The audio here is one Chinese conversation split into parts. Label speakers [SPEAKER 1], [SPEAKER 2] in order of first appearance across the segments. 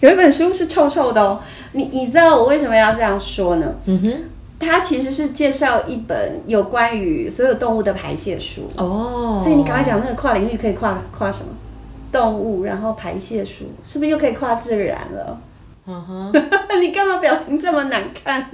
[SPEAKER 1] 有一本书是臭臭的哦。你你知道我为什么要这样说呢？
[SPEAKER 2] 嗯哼，
[SPEAKER 1] 它其实是介绍一本有关于所有动物的排泄书。
[SPEAKER 2] 哦，
[SPEAKER 1] 所以你赶快讲那个跨领域可以跨跨什么？动物，然后排泄书，是不是又可以跨自然了？
[SPEAKER 2] 嗯哼。
[SPEAKER 1] 你干嘛表情这么难看？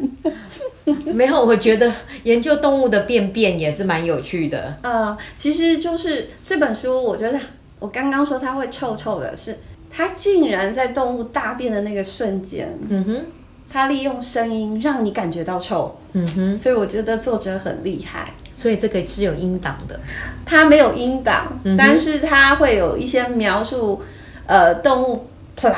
[SPEAKER 2] 没有，我觉得研究动物的便便也是蛮有趣的。
[SPEAKER 1] 呃，其实就是这本书，我觉得我刚刚说它会臭臭的是，它竟然在动物大便的那个瞬间，
[SPEAKER 2] 嗯哼，
[SPEAKER 1] 它利用声音让你感觉到臭，
[SPEAKER 2] 嗯哼，
[SPEAKER 1] 所以我觉得作者很厉害。
[SPEAKER 2] 所以这个是有音档的。
[SPEAKER 1] 它没有音档，
[SPEAKER 2] 嗯哼
[SPEAKER 1] 但是它会有一些描述，呃，动物啪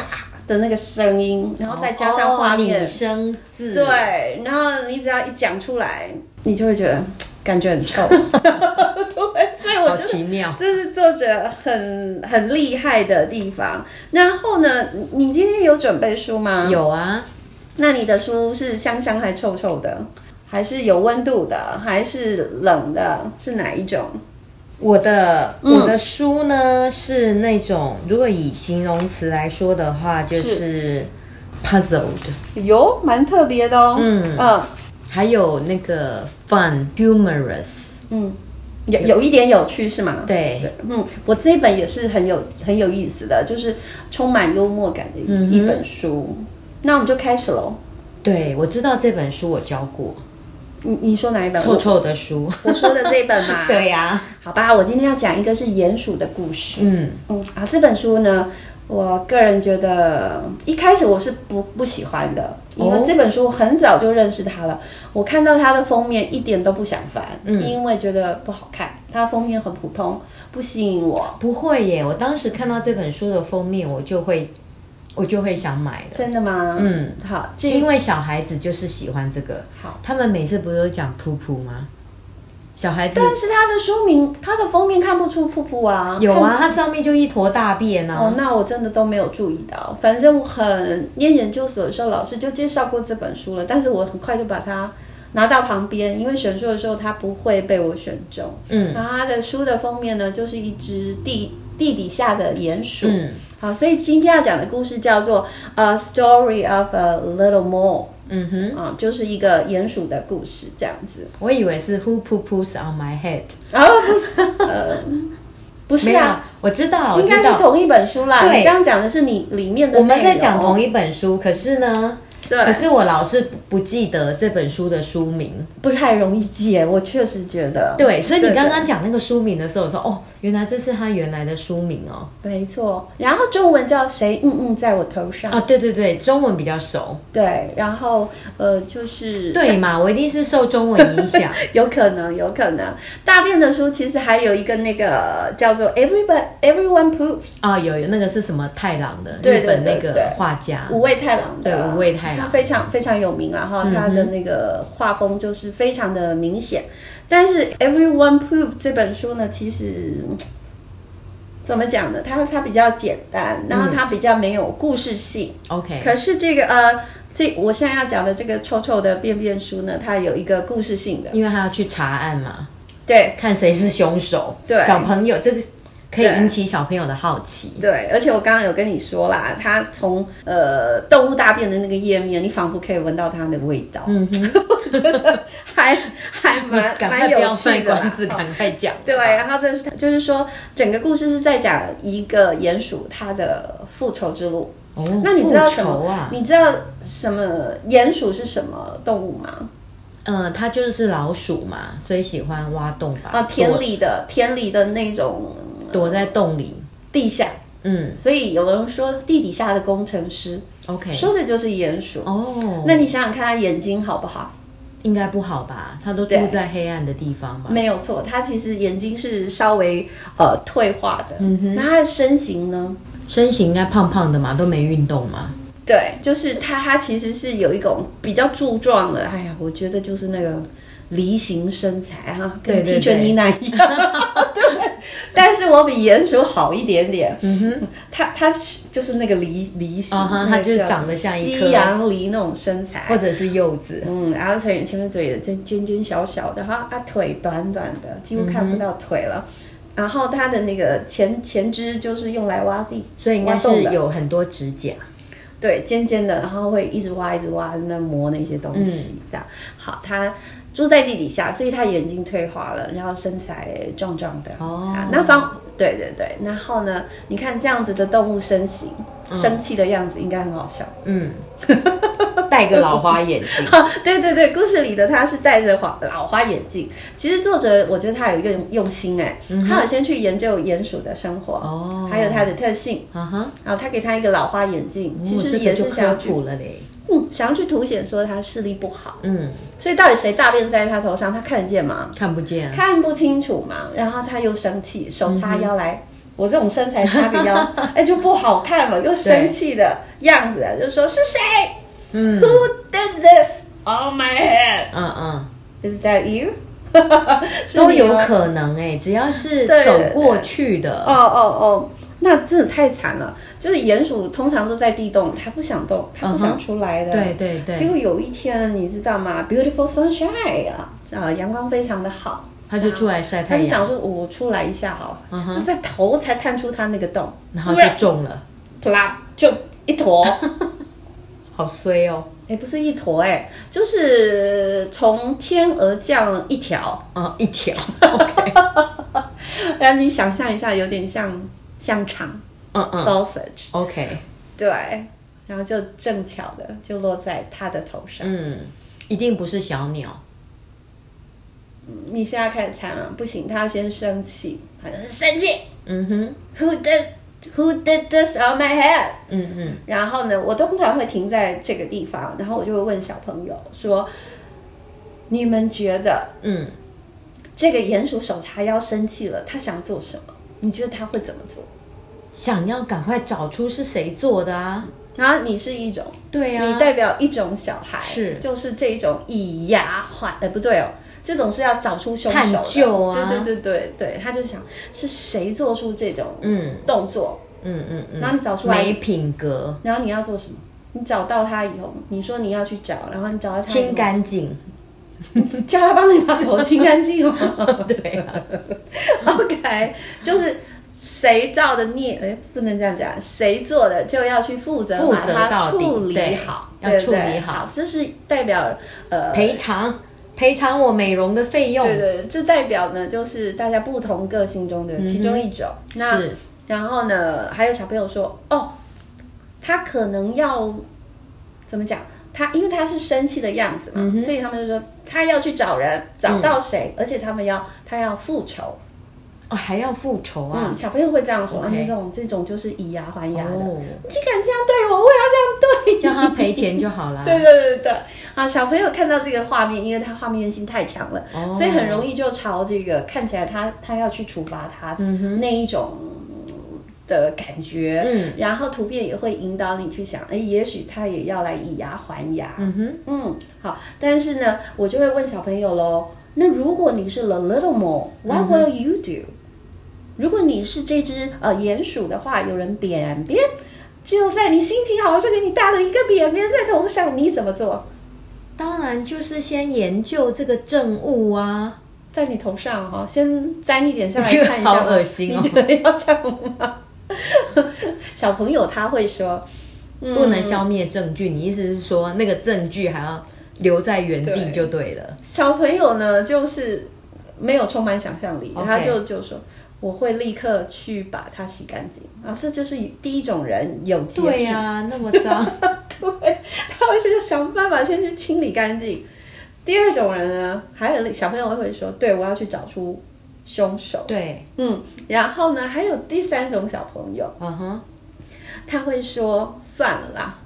[SPEAKER 1] 的那个声音，然后再加上画面，
[SPEAKER 2] 哦拟声字，，
[SPEAKER 1] 对，然后你只要一讲出来，你就会觉得感觉很臭。 对，所以我
[SPEAKER 2] 好
[SPEAKER 1] 觉
[SPEAKER 2] 奇
[SPEAKER 1] 得
[SPEAKER 2] 妙。
[SPEAKER 1] 这是作者很很厉害的地方。然后呢，你你今天有准备书吗？。
[SPEAKER 2] 有啊，
[SPEAKER 1] 那你的书是香香还臭臭的，还是有温度的，还是冷的？是哪一种？
[SPEAKER 2] 我的、
[SPEAKER 1] 嗯
[SPEAKER 2] 我的书呢是那种，如果以形容词来说的话，就是 puzzled，
[SPEAKER 1] 有，蛮特别的哦。
[SPEAKER 2] 嗯
[SPEAKER 1] 嗯
[SPEAKER 2] 还有那个 fun humorous。
[SPEAKER 1] 嗯，有有一点有趣是吗？
[SPEAKER 2] 对
[SPEAKER 1] 嗯，我这一本也是很有很有意思的，就是充满幽默感的一,、
[SPEAKER 2] 嗯哼
[SPEAKER 1] 一本书。那我们就开始喽。
[SPEAKER 2] 对，我知道这本书我教过，
[SPEAKER 1] 你你说哪一本？
[SPEAKER 2] 臭臭的书。
[SPEAKER 1] 呃我，我 说的这本嘛。
[SPEAKER 2] 对、呀、
[SPEAKER 1] 好吧，我今天要讲一个是鼹鼠的故事。
[SPEAKER 2] 嗯
[SPEAKER 1] 嗯啊，这本书呢，我个人觉得一开始我是不不喜欢的，因为
[SPEAKER 2] 哦
[SPEAKER 1] 这本书很早就认识它了。我看到它的封面一点都不想翻，
[SPEAKER 2] 嗯
[SPEAKER 1] 因为觉得不好看，它封面很普通，不吸引我。
[SPEAKER 2] 不会耶，我当时看到这本书的封面，我就会，我就会想买了。
[SPEAKER 1] 真的吗？
[SPEAKER 2] 嗯
[SPEAKER 1] 好，这
[SPEAKER 2] 因为小孩子就是喜欢这个。
[SPEAKER 1] 好，
[SPEAKER 2] 他们每次不是都讲噗噗吗？小孩子
[SPEAKER 1] 但是它的书名，它的封面看不出瀑布啊。
[SPEAKER 2] 有
[SPEAKER 1] 看
[SPEAKER 2] 啊，它上面就一坨大便
[SPEAKER 1] 哦
[SPEAKER 2] 啊，。
[SPEAKER 1] 那我真的都没有注意到。反正我很念研究所的时候，老师就介绍过这本书了，但是我很快就把它拿到旁边，因为选书的时候它不会被我选中。
[SPEAKER 2] 嗯
[SPEAKER 1] 然后它的书的封面呢，就是一只地地底下的鼹鼠。
[SPEAKER 2] 嗯
[SPEAKER 1] 好，所以今天要讲的故事叫做《A Story of a Little Mole》
[SPEAKER 2] 嗯哼，
[SPEAKER 1] 啊，就是一个鼹鼠的故事这样子。
[SPEAKER 2] 我以为是 Who poo poos on my head？
[SPEAKER 1] 啊，不是，呃，不
[SPEAKER 2] 没
[SPEAKER 1] 是
[SPEAKER 2] 有
[SPEAKER 1] 啊，，
[SPEAKER 2] 我知道，我
[SPEAKER 1] 应该
[SPEAKER 2] 知
[SPEAKER 1] 是
[SPEAKER 2] 道。
[SPEAKER 1] 同一本书啦。
[SPEAKER 2] 对
[SPEAKER 1] 你刚刚讲的是你里面的，
[SPEAKER 2] 我们在讲同一。本书，可是呢，
[SPEAKER 1] 对
[SPEAKER 2] 可是我老是不不记得这本书的书名。
[SPEAKER 1] 不太容易记，我确实觉得。
[SPEAKER 2] 对，所以你刚刚
[SPEAKER 1] 对
[SPEAKER 2] 讲那个书名的时候，我说哦，原来这是他原来的书名哦。
[SPEAKER 1] 对没错，然后中文叫谁？嗯嗯，在我头上。
[SPEAKER 2] 啊，对对对，中文比较熟，
[SPEAKER 1] 对，然后呃，就是
[SPEAKER 2] 对嘛？我一定是受中文 影响。
[SPEAKER 1] 有可能，有可能。大便的书其实还有一个那个叫做 Everybody Everyone Poops，
[SPEAKER 2] 啊，有有那个是什么太郎的
[SPEAKER 1] 对
[SPEAKER 2] 日本那
[SPEAKER 1] 对对
[SPEAKER 2] 个
[SPEAKER 1] 对
[SPEAKER 2] 画家，
[SPEAKER 1] 五味太郎的，
[SPEAKER 2] 对五味太郎嗯
[SPEAKER 1] 他非常非常有名了哈，他的那个画风就是非常的明显。但是 Everyone Poops 这本书呢，其实。嗯怎么讲呢？它它比较简单，然
[SPEAKER 2] 嗯
[SPEAKER 1] 后它比较没有故事性，
[SPEAKER 2] OK，
[SPEAKER 1] 可是这个呃，这我现在要讲的这个臭臭的便便书呢，它有一个故事性的。
[SPEAKER 2] 因为他要去查案嘛，
[SPEAKER 1] 对
[SPEAKER 2] 看谁是凶手。
[SPEAKER 1] 对
[SPEAKER 2] 小朋友这个可以
[SPEAKER 1] 对
[SPEAKER 2] 引起小朋友的好奇。
[SPEAKER 1] 对，而且我刚刚有跟你说啦，它从呃动物大便的那个页面，你仿佛可以闻到它的味道，
[SPEAKER 2] 嗯哼，
[SPEAKER 1] 我觉得 还还蛮
[SPEAKER 2] 赶快
[SPEAKER 1] 蛮
[SPEAKER 2] 不
[SPEAKER 1] 有
[SPEAKER 2] 要卖
[SPEAKER 1] 趣的啦。
[SPEAKER 2] 关子，
[SPEAKER 1] 哦
[SPEAKER 2] 赶快讲。
[SPEAKER 1] 对，然后这是就是说，整个故事是在讲一个鼹鼠它的复仇之路。
[SPEAKER 2] 哦，
[SPEAKER 1] 那你知道
[SPEAKER 2] 复
[SPEAKER 1] 什
[SPEAKER 2] 仇
[SPEAKER 1] 么？
[SPEAKER 2] 啊？
[SPEAKER 1] 你知道什么鼹鼠是什么动物吗？
[SPEAKER 2] 嗯，他就是老鼠嘛，所以喜欢挖洞吧？
[SPEAKER 1] 啊，
[SPEAKER 2] 躲
[SPEAKER 1] 田里的田里的那种
[SPEAKER 2] 躲在洞里。
[SPEAKER 1] 地下，
[SPEAKER 2] 嗯
[SPEAKER 1] 所以有人说地底下的工程师，
[SPEAKER 2] ，OK。
[SPEAKER 1] 说的就是鼹鼠。
[SPEAKER 2] 哦，
[SPEAKER 1] 那你想想看，它眼睛好不好？
[SPEAKER 2] 应该不好吧？他都住
[SPEAKER 1] 对
[SPEAKER 2] 在黑暗的地方嘛。
[SPEAKER 1] 没有错，它其实眼睛是稍微呃退化的。
[SPEAKER 2] 嗯哼
[SPEAKER 1] 那它的身形呢？
[SPEAKER 2] 身形应该胖胖的嘛，都没运动嘛。
[SPEAKER 1] 对，就是它，它其实是有一种比较柱状的。哎呀，我觉得就是那个梨形身材哈、跟
[SPEAKER 2] 对对
[SPEAKER 1] 提拳
[SPEAKER 2] 对
[SPEAKER 1] 妮娜一样。 对，但是我比鼹鼠好一点点。
[SPEAKER 2] 嗯哼，
[SPEAKER 1] 它它是就是那个梨梨形
[SPEAKER 2] 啊哈，
[SPEAKER 1] 那
[SPEAKER 2] 它
[SPEAKER 1] 个
[SPEAKER 2] 就是
[SPEAKER 1] 叫
[SPEAKER 2] 长得像一颗
[SPEAKER 1] 西洋梨那种身材，
[SPEAKER 2] 或者是柚子。
[SPEAKER 1] 嗯，然后前前面嘴也尖尖尖小小的，哈啊腿短短的，几乎看不
[SPEAKER 2] 嗯
[SPEAKER 1] 到腿了。然后它的那个前前肢就是用来挖地，
[SPEAKER 2] 所以应该
[SPEAKER 1] 挖洞
[SPEAKER 2] 是
[SPEAKER 1] 的
[SPEAKER 2] 有很多指甲。
[SPEAKER 1] 对，尖尖的，然后会一直挖，一直挖，那磨那些东西这样。好，他住在地底下，所以他眼睛退化了，然后身材壮壮的。
[SPEAKER 2] 哦
[SPEAKER 1] 啊那方对对对，然后呢，你看这样子的动物身形，生气的样子应该很好笑。
[SPEAKER 2] 嗯， 戴个老花眼镜，
[SPEAKER 1] 对对对，故事里的他是戴着花老花眼镜。其实作者我觉得他有用用心哎、
[SPEAKER 2] 嗯哼
[SPEAKER 1] 他有先去研究鼹鼠的生活，
[SPEAKER 2] 哦
[SPEAKER 1] 还有它的特性，
[SPEAKER 2] 啊哈，
[SPEAKER 1] 然后他给他一个老花眼镜，其
[SPEAKER 2] 哦这
[SPEAKER 1] 实
[SPEAKER 2] 个
[SPEAKER 1] 也
[SPEAKER 2] 就是
[SPEAKER 1] 想
[SPEAKER 2] 科
[SPEAKER 1] 要去
[SPEAKER 2] 普了嘞，
[SPEAKER 1] 嗯，想要去凸显说他视力不好，
[SPEAKER 2] 嗯，
[SPEAKER 1] 所以到底谁大便在他头上，他看得见吗？
[SPEAKER 2] 看不见，
[SPEAKER 1] 看不清楚嘛，然后他又生气，手叉腰来，我这种身材叉个腰， 哎就不好看了，又生气的样子，啊就说是谁、
[SPEAKER 2] 嗯
[SPEAKER 1] w h o did this on my head?
[SPEAKER 2] 嗯嗯，
[SPEAKER 1] Is that you？是你哦
[SPEAKER 2] 都有
[SPEAKER 1] 吗
[SPEAKER 2] 可能哎，只要是
[SPEAKER 1] 对
[SPEAKER 2] 走
[SPEAKER 1] 对对
[SPEAKER 2] 过去的，
[SPEAKER 1] 哦哦哦，那真的太惨了。就是鼹鼠通常都在地洞，它不想动，它不
[SPEAKER 2] 嗯哼
[SPEAKER 1] 想出来的。
[SPEAKER 2] 对对对
[SPEAKER 1] 结果有一天，你知道吗？Beautiful sunshine 啊，啊，阳光非常的好。
[SPEAKER 2] 他就出来晒太
[SPEAKER 1] 他就想
[SPEAKER 2] 阳，
[SPEAKER 1] 说，我出来一下好了。
[SPEAKER 2] 嗯哼
[SPEAKER 1] 就在头才探出它那个洞，
[SPEAKER 2] 然后
[SPEAKER 1] 突
[SPEAKER 2] 就
[SPEAKER 1] 然
[SPEAKER 2] 中了，
[SPEAKER 1] 啪啦就一 坨。
[SPEAKER 2] 好衰哦，
[SPEAKER 1] 哎，不是一坨哎、就是从天而降一条。
[SPEAKER 2] 嗯，一条，OK，
[SPEAKER 1] 让你想象一下，有点像香肠、
[SPEAKER 2] 嗯嗯
[SPEAKER 1] sausage。
[SPEAKER 2] ，OK，
[SPEAKER 1] 对，然后就正巧的就落在他的头上。
[SPEAKER 2] 嗯，一定不是小鸟，
[SPEAKER 1] 嗯你现在开始猜吗？不行，他要先生气，很生气。
[SPEAKER 2] 嗯哼，
[SPEAKER 1] Who did Who did this on my head？
[SPEAKER 2] 嗯嗯，
[SPEAKER 1] 然后呢，我通常会停在这个地方，然后我就会问小朋友说：“你们觉得
[SPEAKER 2] 嗯，
[SPEAKER 1] 这个鼹鼠手叉腰生气了，他想做什么？你觉得他会怎么做
[SPEAKER 2] 想要赶快找出是谁做的啊，？”
[SPEAKER 1] 然后你是一种，
[SPEAKER 2] 对啊，
[SPEAKER 1] 你代表一种小孩，
[SPEAKER 2] 是
[SPEAKER 1] 就是这种以牙还，呃，不对哦，这种是要找出凶手
[SPEAKER 2] 探
[SPEAKER 1] 的，
[SPEAKER 2] 究啊
[SPEAKER 1] 对对对对对，他就想是谁做出这种
[SPEAKER 2] 嗯
[SPEAKER 1] 动作，
[SPEAKER 2] 嗯嗯嗯，
[SPEAKER 1] 然后你找出来
[SPEAKER 2] 没品格，
[SPEAKER 1] 然后你要做什么？你找到他以后，你说你要去找，然后你找到他以后，
[SPEAKER 2] 清干净，。
[SPEAKER 1] 叫他帮你把头清干净哦
[SPEAKER 2] 对啊
[SPEAKER 1] OK，就是谁造的孽，哎，不能这样讲，谁做的就要去负责
[SPEAKER 2] 负
[SPEAKER 1] 把
[SPEAKER 2] 责
[SPEAKER 1] 它
[SPEAKER 2] 到底
[SPEAKER 1] 处理
[SPEAKER 2] 对
[SPEAKER 1] 好，
[SPEAKER 2] 要
[SPEAKER 1] 对不
[SPEAKER 2] 处
[SPEAKER 1] 对
[SPEAKER 2] 理好
[SPEAKER 1] 这是代表呃
[SPEAKER 2] 赔偿赔偿我美容的费用，
[SPEAKER 1] 对对，这代表呢就是大家不同个性中的其中一种。那
[SPEAKER 2] 嗯是
[SPEAKER 1] 然后呢，还有小朋友说，哦，他可能要怎么讲？他因为他是生气的样子嘛，
[SPEAKER 2] 嗯哼嗯
[SPEAKER 1] 所以他们就说他要去找人，找到谁，而且他们要他要复仇。
[SPEAKER 2] 哦，还要复仇啊
[SPEAKER 1] 嗯，，小朋友会这样说，
[SPEAKER 2] OK
[SPEAKER 1] 他们这种这种就是以牙还牙的，
[SPEAKER 2] 哦
[SPEAKER 1] 你竟敢这样对我，我也要这
[SPEAKER 2] 叫
[SPEAKER 1] 样对你。
[SPEAKER 2] 他赔钱就好啦，
[SPEAKER 1] 对对对对，啊，小朋友看到这个画面，因为他画面性太强了，
[SPEAKER 2] 哦
[SPEAKER 1] 所以很容易就朝这个看起来他他要去处罚他、
[SPEAKER 2] 嗯哼
[SPEAKER 1] 那一种的感觉，
[SPEAKER 2] 嗯
[SPEAKER 1] 然后图片也会引导你去想，哎，也许他也要来以牙还牙，
[SPEAKER 2] 嗯哼，
[SPEAKER 1] 嗯，好，但是呢，我就会问小朋友喽，那如果你是 the little
[SPEAKER 2] 嗯
[SPEAKER 1] mole，what will you do？、如果你是这只呃鼹鼠的话，有人扁扁，就在你心情好就给你搭了一个扁扁在头上，你怎么做？
[SPEAKER 2] 当然就是先研究这个政务啊，
[SPEAKER 1] 在你头上哈、先沾一 点下来看一下，
[SPEAKER 2] 好恶心哦
[SPEAKER 1] 你觉得要这样吗？ 小朋友他会说，嗯
[SPEAKER 2] 不能消灭证据，你意思是说那个证据还要留在原地
[SPEAKER 1] 对
[SPEAKER 2] 就对了，
[SPEAKER 1] 小朋友呢，就是没有充满想象力
[SPEAKER 2] OK
[SPEAKER 1] 他就就说我会立刻去把它洗干净啊，这就是第一种人有洁癖，
[SPEAKER 2] 对呀、那么脏，
[SPEAKER 1] 对，他会去想办法先去清理干净。第二种人呢，还有小朋友会说，对我要去找出凶手，，
[SPEAKER 2] 对，
[SPEAKER 1] 嗯，然后呢，还有第三种小朋友，
[SPEAKER 2] 嗯哼，
[SPEAKER 1] 他会说算了啦，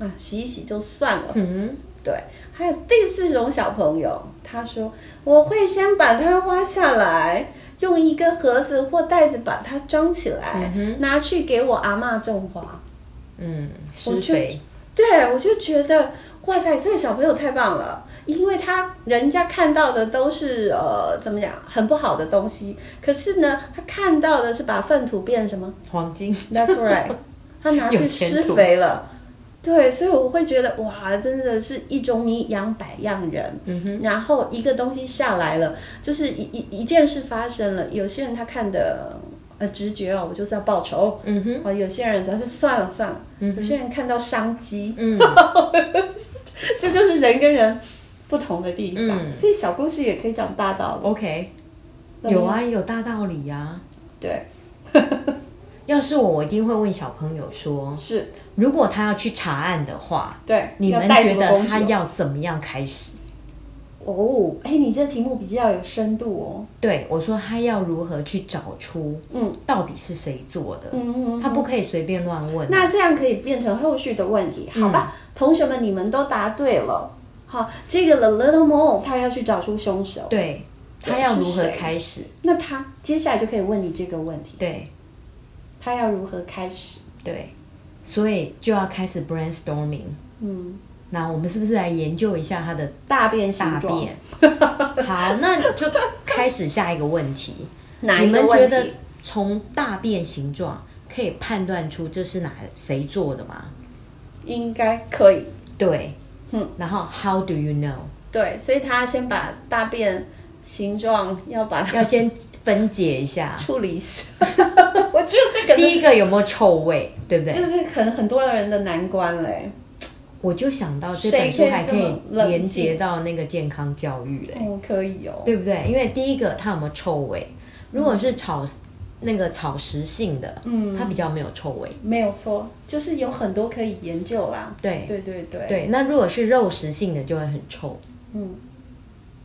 [SPEAKER 1] 啊，洗一洗就算了，
[SPEAKER 2] 嗯，
[SPEAKER 1] 对，还有第四种小朋友，他说我会先把它挖下来，用一个盒子或袋子把它装起来，
[SPEAKER 2] 嗯哼
[SPEAKER 1] 拿去给我阿嬷种花。
[SPEAKER 2] 嗯，
[SPEAKER 1] 我
[SPEAKER 2] 施
[SPEAKER 1] 就
[SPEAKER 2] 肥，
[SPEAKER 1] 对，我就觉得哇塞，这个小朋友太棒了，因为他人家看到的都是呃怎么讲很不好的东西，可是呢，他看到的是把粪土变什么
[SPEAKER 2] 黄金
[SPEAKER 1] That's right，他拿去
[SPEAKER 2] 有前
[SPEAKER 1] 施
[SPEAKER 2] 途
[SPEAKER 1] 肥了。对，所以我会觉得哇，真的是一种米养百样人。
[SPEAKER 2] 嗯哼
[SPEAKER 1] 然后一个东西下来了，就是一一一件事发生了，有些人他看的。呃呃直觉哦，我就是要报仇。
[SPEAKER 2] 嗯哼
[SPEAKER 1] 哦，有些人主要是算了算了，有些人看到商机，
[SPEAKER 2] 嗯
[SPEAKER 1] 这就是人跟人不同的地方。
[SPEAKER 2] 嗯
[SPEAKER 1] 所以小故事也可以讲大道理。
[SPEAKER 2] ，OK，有啊，有大道理呀、
[SPEAKER 1] 对，
[SPEAKER 2] 要是我，我一定会问小朋友说，
[SPEAKER 1] 是，
[SPEAKER 2] 如果他要去查案的话，
[SPEAKER 1] 对
[SPEAKER 2] 你们
[SPEAKER 1] 要带什
[SPEAKER 2] 觉
[SPEAKER 1] 么
[SPEAKER 2] 得
[SPEAKER 1] 工
[SPEAKER 2] 他
[SPEAKER 1] 具哦
[SPEAKER 2] 要怎么样开始？
[SPEAKER 1] 哦，哎，你这题目比较有深度哦。
[SPEAKER 2] 对我说，他要如何去找出
[SPEAKER 1] 嗯
[SPEAKER 2] 到底是谁做的？
[SPEAKER 1] 嗯嗯嗯
[SPEAKER 2] 他不可以随便乱问。啊
[SPEAKER 1] 那这样可以变成后续的问题，
[SPEAKER 2] 嗯
[SPEAKER 1] 好吧？同学们，你们都答对了。好，这个 The Little Mole 他要去找出凶手，，
[SPEAKER 2] 对他
[SPEAKER 1] 对
[SPEAKER 2] 要
[SPEAKER 1] 是
[SPEAKER 2] 如何
[SPEAKER 1] 谁
[SPEAKER 2] 开始？
[SPEAKER 1] 那他接下来就可以问你这个问题，
[SPEAKER 2] 对
[SPEAKER 1] 他要如何开始？
[SPEAKER 2] 对，所以就要开始 brainstorming。
[SPEAKER 1] 嗯，
[SPEAKER 2] 那我们是不是来研究一下他的
[SPEAKER 1] 大便
[SPEAKER 2] 大
[SPEAKER 1] 形状，
[SPEAKER 2] 便？好，那就开始下一个问题。
[SPEAKER 1] 哪
[SPEAKER 2] 你
[SPEAKER 1] 一个
[SPEAKER 2] 们觉
[SPEAKER 1] 问
[SPEAKER 2] 得
[SPEAKER 1] 题
[SPEAKER 2] 从大便形状可以判断出这是哪谁做的吗？
[SPEAKER 1] 应该可以。
[SPEAKER 2] 对，
[SPEAKER 1] 嗯，
[SPEAKER 2] 然后 How do you know？
[SPEAKER 1] 对，所以他先把大便形状要把它
[SPEAKER 2] 要先分解一 下，
[SPEAKER 1] 处理一下。我觉得这个
[SPEAKER 2] 第一个有没有臭味，对不对？
[SPEAKER 1] 就是很很多人的难关嘞。
[SPEAKER 2] 我就想到这本书
[SPEAKER 1] 谁可以
[SPEAKER 2] 还可以
[SPEAKER 1] 这么冷静
[SPEAKER 2] 连接到那个健康教育嘞，
[SPEAKER 1] 哦，可以哦。
[SPEAKER 2] 对不对？因为第一个它有没有臭味，如果是草、那个草食性的，
[SPEAKER 1] 嗯
[SPEAKER 2] 它比较没有臭味。
[SPEAKER 1] 没有错，就是有很多可以研究啦。
[SPEAKER 2] 对
[SPEAKER 1] 对对对，
[SPEAKER 2] 对，那如果是肉食性的就会很臭。
[SPEAKER 1] 嗯，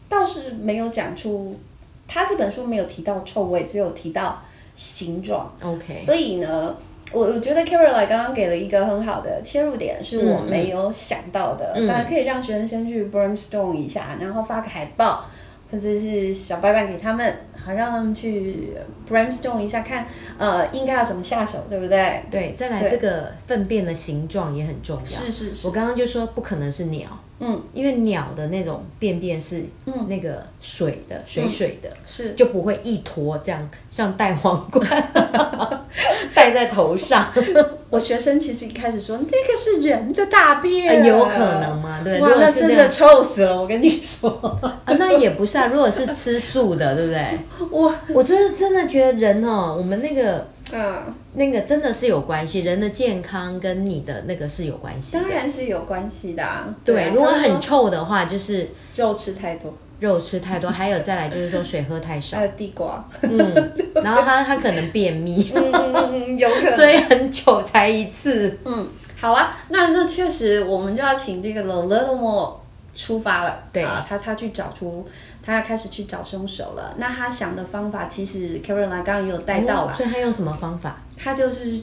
[SPEAKER 1] 倒是没有讲出，他这本书没有提到臭味，只有提到形状。
[SPEAKER 2] OK，
[SPEAKER 1] 所以呢，我我觉得 Caroline 刚刚给了一个很好的切入点，是我没有想到的。
[SPEAKER 2] 嗯嗯嗯
[SPEAKER 1] 当然可以让学生先去 brainstorm 一下，然后发个海报或者是小白板给他们，好让他们去 brainstorm 一下，看呃应该要怎么下手，对不对？
[SPEAKER 2] 对，啊再来
[SPEAKER 1] 对
[SPEAKER 2] 这个粪便的形状也很重要。
[SPEAKER 1] 是是是
[SPEAKER 2] 我刚刚就说不可能是鸟，
[SPEAKER 1] 嗯，
[SPEAKER 2] 因为鸟的那种便便是
[SPEAKER 1] 嗯
[SPEAKER 2] 那个水的、水水的，
[SPEAKER 1] 是
[SPEAKER 2] 就不会一坨这样像戴皇 冠戴在头上。
[SPEAKER 1] 我学生其实一开始说那个是人的大便，
[SPEAKER 2] 呃有可能嘛对
[SPEAKER 1] 哇
[SPEAKER 2] 如，果
[SPEAKER 1] 那
[SPEAKER 2] 是这
[SPEAKER 1] 真
[SPEAKER 2] 样
[SPEAKER 1] 的臭死了，我跟你说，
[SPEAKER 2] 啊那也不是啊，如果是吃素的，对不对？
[SPEAKER 1] 我
[SPEAKER 2] 我就是真的觉得人哦，我们那个
[SPEAKER 1] 嗯，
[SPEAKER 2] 那个真的是有关系，人的健康跟你的那个是有关系的。
[SPEAKER 1] 当然是有关系的、啊。
[SPEAKER 2] 对，
[SPEAKER 1] 啊
[SPEAKER 2] 如果
[SPEAKER 1] 他们
[SPEAKER 2] 很
[SPEAKER 1] 说
[SPEAKER 2] 臭的话，就是
[SPEAKER 1] 肉吃太多，
[SPEAKER 2] 肉吃太 多，还有再来就是说水喝太少
[SPEAKER 1] 还，有地瓜，
[SPEAKER 2] 嗯，然后他他可能便 秘，
[SPEAKER 1] 嗯嗯嗯，有 可能。
[SPEAKER 2] 所以很久才一次。
[SPEAKER 1] 嗯，好啊，那那确实，我们就要请这个 The Little More 出发了。
[SPEAKER 2] 对
[SPEAKER 1] 啊，他他去找出，他要开始去找凶手了。那他想的方法，其实 Karen 刚刚也有带到了、
[SPEAKER 2] 哦所以他用什么方法？
[SPEAKER 1] 他就是，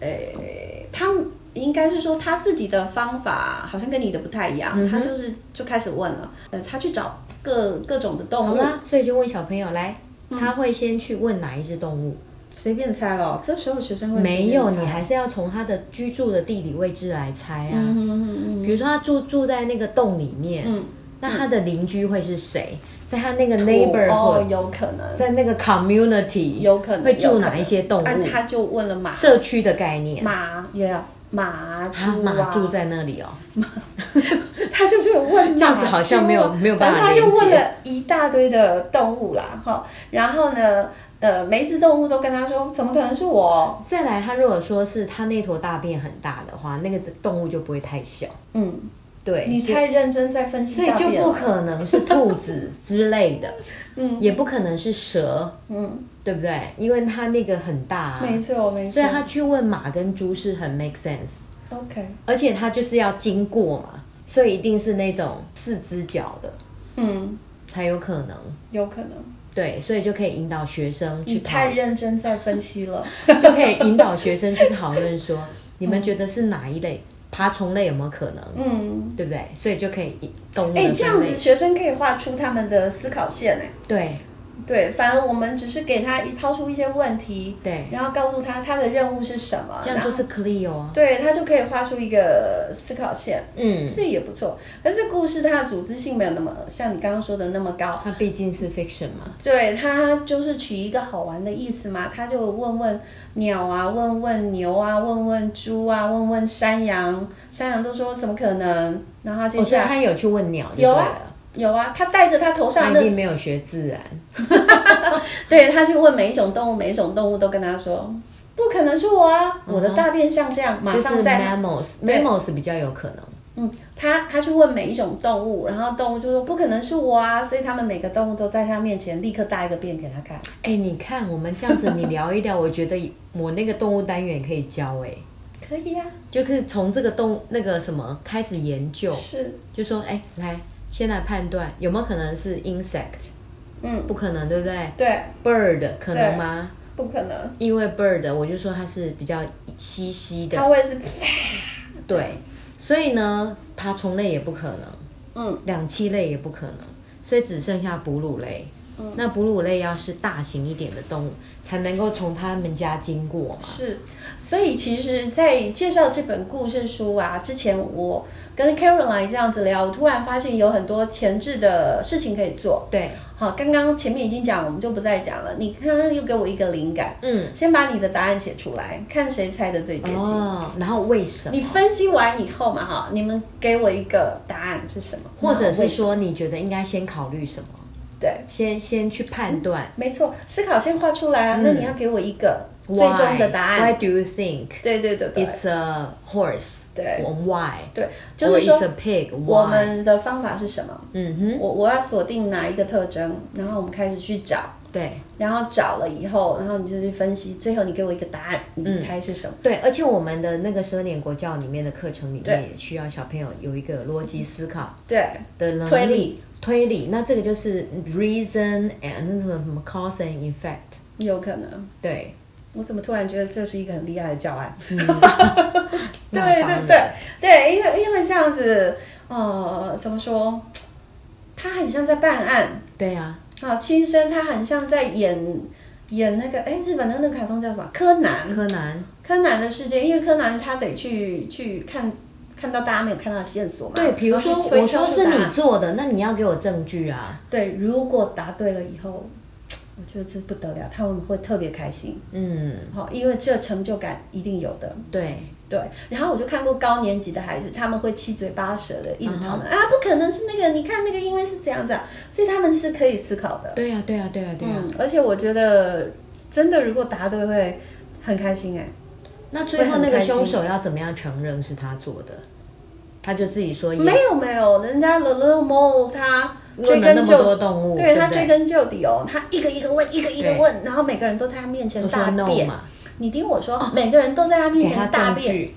[SPEAKER 1] 诶、他应该是说他自己的方法好像跟你的不太一样，
[SPEAKER 2] 嗯哼
[SPEAKER 1] 他就是就开始问了，呃，他去找各各种的
[SPEAKER 2] 好
[SPEAKER 1] 动物，
[SPEAKER 2] 啦，所以就问小朋友来，
[SPEAKER 1] 嗯
[SPEAKER 2] 他会先去问哪一只动物？
[SPEAKER 1] 随便猜咯，这时候学生会
[SPEAKER 2] 没
[SPEAKER 1] 随便
[SPEAKER 2] 有，
[SPEAKER 1] 猜
[SPEAKER 2] 你还是要从他的居住的地理位置来猜啊。
[SPEAKER 1] 嗯嗯嗯
[SPEAKER 2] 比如说他住住在那个洞里面，
[SPEAKER 1] 嗯
[SPEAKER 2] 那他的邻居会是谁？在他那个
[SPEAKER 1] 嗯
[SPEAKER 2] neighborhood，、
[SPEAKER 1] 哦，有可能，
[SPEAKER 2] 在那个 community，
[SPEAKER 1] 有可能
[SPEAKER 2] 会住
[SPEAKER 1] 有可
[SPEAKER 2] 哪
[SPEAKER 1] 能
[SPEAKER 2] 一些动
[SPEAKER 1] 啊
[SPEAKER 2] 物？
[SPEAKER 1] 他就问了马
[SPEAKER 2] 社区的概念，
[SPEAKER 1] 马也有马猪
[SPEAKER 2] 啊
[SPEAKER 1] 啊，
[SPEAKER 2] 马住在那里哦。
[SPEAKER 1] 他就是问
[SPEAKER 2] 这样子好像没有
[SPEAKER 1] 马
[SPEAKER 2] 没有办法
[SPEAKER 1] 反正他就问
[SPEAKER 2] 连
[SPEAKER 1] 了一大堆的动物啦，哈，然后呢，呃，每一只动物都跟他说，怎么可能是我？
[SPEAKER 2] 再来，他如果说是他那坨大便很大的话，那个动物就不会太小。
[SPEAKER 1] 嗯，
[SPEAKER 2] 对，
[SPEAKER 1] 你
[SPEAKER 2] 所以
[SPEAKER 1] 太认真在分析
[SPEAKER 2] 所以
[SPEAKER 1] 大
[SPEAKER 2] 就
[SPEAKER 1] 便了，
[SPEAKER 2] 不可能是兔子之类的，
[SPEAKER 1] 嗯
[SPEAKER 2] 也不可能是蛇，
[SPEAKER 1] 嗯，
[SPEAKER 2] 对不对？因为它那个很大、啊，
[SPEAKER 1] 没错没错，
[SPEAKER 2] 所以他去问马跟猪是很 make sense，
[SPEAKER 1] OK，
[SPEAKER 2] 而且他就是要经过嘛，所以一定是那种四只脚的
[SPEAKER 1] 嗯，
[SPEAKER 2] 才有可能。
[SPEAKER 1] 有可能
[SPEAKER 2] 对，所以就可以引导学生去
[SPEAKER 1] 你
[SPEAKER 2] 讨
[SPEAKER 1] 太认真在分析 了，
[SPEAKER 2] 就可以引导学生去讨论说，你们觉得是哪一类爬虫类有没有可能，
[SPEAKER 1] 嗯，
[SPEAKER 2] 对不对？所以就可以以动物
[SPEAKER 1] 哎，
[SPEAKER 2] 的
[SPEAKER 1] 这样
[SPEAKER 2] 分
[SPEAKER 1] 子
[SPEAKER 2] 类。
[SPEAKER 1] 学生可以画出他们的思考线哎。
[SPEAKER 2] 对
[SPEAKER 1] 对，反而我们只是给他一抛出一些问题，
[SPEAKER 2] 对
[SPEAKER 1] 然后告诉他他的任务是什么，
[SPEAKER 2] 这样就是
[SPEAKER 1] 然后
[SPEAKER 2] Clio 啊。
[SPEAKER 1] 对他就可以画出一个思考线，
[SPEAKER 2] 嗯，
[SPEAKER 1] 这也不错。但是故事它的组织性没有那么像你刚刚说的那么高，
[SPEAKER 2] 它毕竟是 fiction 嘛。
[SPEAKER 1] 对，它就是取一个好玩的意思嘛，他就问问鸟啊，问问牛啊，问问猪啊，问问山羊，山羊都说怎么可能，然后接
[SPEAKER 2] 我觉
[SPEAKER 1] 下
[SPEAKER 2] 得
[SPEAKER 1] 来、
[SPEAKER 2] 哦他有去问鸟就对
[SPEAKER 1] 有
[SPEAKER 2] 了，
[SPEAKER 1] 啊，有啊，他戴着他头上
[SPEAKER 2] 他
[SPEAKER 1] 那
[SPEAKER 2] 一定没有学自然，
[SPEAKER 1] 对他去问每一种动物，每一种动物都跟他说，不可能是我啊，我的大便像这样，马
[SPEAKER 2] 嗯就是
[SPEAKER 1] 上在对
[SPEAKER 2] mammals，mammals 比较有可能。
[SPEAKER 1] 嗯，他他去问每一种动物，然后动物就说不可能是我啊，所以他们每个动物都在他面前立刻大一个便给他看。
[SPEAKER 2] 哎，你看我们这样子，你聊一聊，我觉得我那个动物单元可以教哎、
[SPEAKER 1] 可以呀、
[SPEAKER 2] 就是从这个动那个什么开始研究，
[SPEAKER 1] 是，
[SPEAKER 2] 就说哎，来先来判断有没有可能是 insect，
[SPEAKER 1] 嗯，
[SPEAKER 2] 不可能对不对
[SPEAKER 1] 对，
[SPEAKER 2] ？bird 可能吗？
[SPEAKER 1] 不可能，
[SPEAKER 2] 因为 bird 我就说它是比较稀稀
[SPEAKER 1] 他
[SPEAKER 2] 的，
[SPEAKER 1] 会是，
[SPEAKER 2] 对，所以呢，爬虫类也不可能，
[SPEAKER 1] 嗯
[SPEAKER 2] 两栖类也不可能，所以只剩下哺乳类。
[SPEAKER 1] 嗯，
[SPEAKER 2] 那哺乳类要是大型一点的动物，才能够从它们家经过嘛。
[SPEAKER 1] 是，所以其实，在介绍这本故事书啊之前，我跟 Caroline 这样子聊，我突然发现有很多前置的事情可以做。
[SPEAKER 2] 对，
[SPEAKER 1] 好，刚刚前面已经讲了，我们就不再讲了。你刚刚又给我一个灵感，
[SPEAKER 2] 嗯，
[SPEAKER 1] 先把你的答案写出来，看谁猜的最接近。
[SPEAKER 2] 哦，然后为什
[SPEAKER 1] 你
[SPEAKER 2] 么？
[SPEAKER 1] 分析完以后嘛，哈，你们给我一个答案是什么，
[SPEAKER 2] 或者
[SPEAKER 1] 那我
[SPEAKER 2] 是
[SPEAKER 1] 会
[SPEAKER 2] 说，你觉得应该先考虑什么？
[SPEAKER 1] 对，
[SPEAKER 2] 先先去判断
[SPEAKER 1] 没错，思考先画出来啊。
[SPEAKER 2] 嗯
[SPEAKER 1] 那你要给我一个嗯最
[SPEAKER 2] why
[SPEAKER 1] 终的答案。
[SPEAKER 2] Why do you think
[SPEAKER 1] 对对对对
[SPEAKER 2] it's a horse？
[SPEAKER 1] 对
[SPEAKER 2] ，or why？
[SPEAKER 1] 对，就
[SPEAKER 2] Or
[SPEAKER 1] 是说
[SPEAKER 2] it's a pig？
[SPEAKER 1] 我
[SPEAKER 2] Why？
[SPEAKER 1] 们的方法是什么？
[SPEAKER 2] 嗯哼，
[SPEAKER 1] 我我要锁定哪一个特征，然后我们开始去找，
[SPEAKER 2] 对
[SPEAKER 1] 然后找了以后，然后你就去分析，最后你给我一个答案，你
[SPEAKER 2] 嗯
[SPEAKER 1] 猜是什么？
[SPEAKER 2] 对，而且我们的那个十二年国教里面的课程里
[SPEAKER 1] 对
[SPEAKER 2] 面，也需要小朋友有一个逻辑思考
[SPEAKER 1] 对，
[SPEAKER 2] 的能力。
[SPEAKER 1] 推理
[SPEAKER 2] 推理，那这个就是 reason and 那什么什么 cause and effect，
[SPEAKER 1] 有可能。
[SPEAKER 2] 对，
[SPEAKER 1] 我怎么突然觉得这是一个很厉害的教案？ 对
[SPEAKER 2] 嗯 那
[SPEAKER 1] 对
[SPEAKER 2] 当然
[SPEAKER 1] 对对，因为因为这样子，呃，怎么说？他很像在办案
[SPEAKER 2] 对啊，
[SPEAKER 1] 啊，亲身他很像在演演那个哎，日本的那个卡通叫什么？柯南，
[SPEAKER 2] 柯南，
[SPEAKER 1] 柯南的世界，因为柯南他得去去看看到大家没有看到的线索嘛。
[SPEAKER 2] 对，比如
[SPEAKER 1] 然
[SPEAKER 2] 说
[SPEAKER 1] 后去推
[SPEAKER 2] 我
[SPEAKER 1] 敲
[SPEAKER 2] 说
[SPEAKER 1] 出
[SPEAKER 2] 是
[SPEAKER 1] 答
[SPEAKER 2] 你
[SPEAKER 1] 案
[SPEAKER 2] 做的，那你要给我证据啊，
[SPEAKER 1] 对，如果答对了以后，我觉得这不得了，他们会特别开心。
[SPEAKER 2] 嗯，
[SPEAKER 1] 好，因为这成就感一定有的。
[SPEAKER 2] 对，
[SPEAKER 1] 对，然后我就看过高年级的孩子，他们会七嘴八舌的一直
[SPEAKER 2] 嗯哼
[SPEAKER 1] 讨论、啊，不可能是那个，你看那个因为是怎样子、啊，所以他们是可以思考的。
[SPEAKER 2] 对啊，对啊，对啊，对啊，
[SPEAKER 1] 嗯，而且我觉得真的如果答对会很开心哎、
[SPEAKER 2] 那最后那
[SPEAKER 1] 会很
[SPEAKER 2] 个
[SPEAKER 1] 开心
[SPEAKER 2] 凶手要怎么样承认是他做的？他就自己说
[SPEAKER 1] 没
[SPEAKER 2] yes，
[SPEAKER 1] 有没有，人家 l e l Mo 他追
[SPEAKER 2] 论了
[SPEAKER 1] 根
[SPEAKER 2] 那
[SPEAKER 1] 究
[SPEAKER 2] 么多动物，
[SPEAKER 1] 对
[SPEAKER 2] 不
[SPEAKER 1] 他追根究底哦，他一个一个问，一个一个
[SPEAKER 2] 对
[SPEAKER 1] 问，然后每个人都在他面前
[SPEAKER 2] 我说
[SPEAKER 1] 大
[SPEAKER 2] no
[SPEAKER 1] 便。
[SPEAKER 2] 嘛哦
[SPEAKER 1] 你听我说，每个人都在他面
[SPEAKER 2] 给他
[SPEAKER 1] 前大
[SPEAKER 2] 证
[SPEAKER 1] 便，
[SPEAKER 2] 据，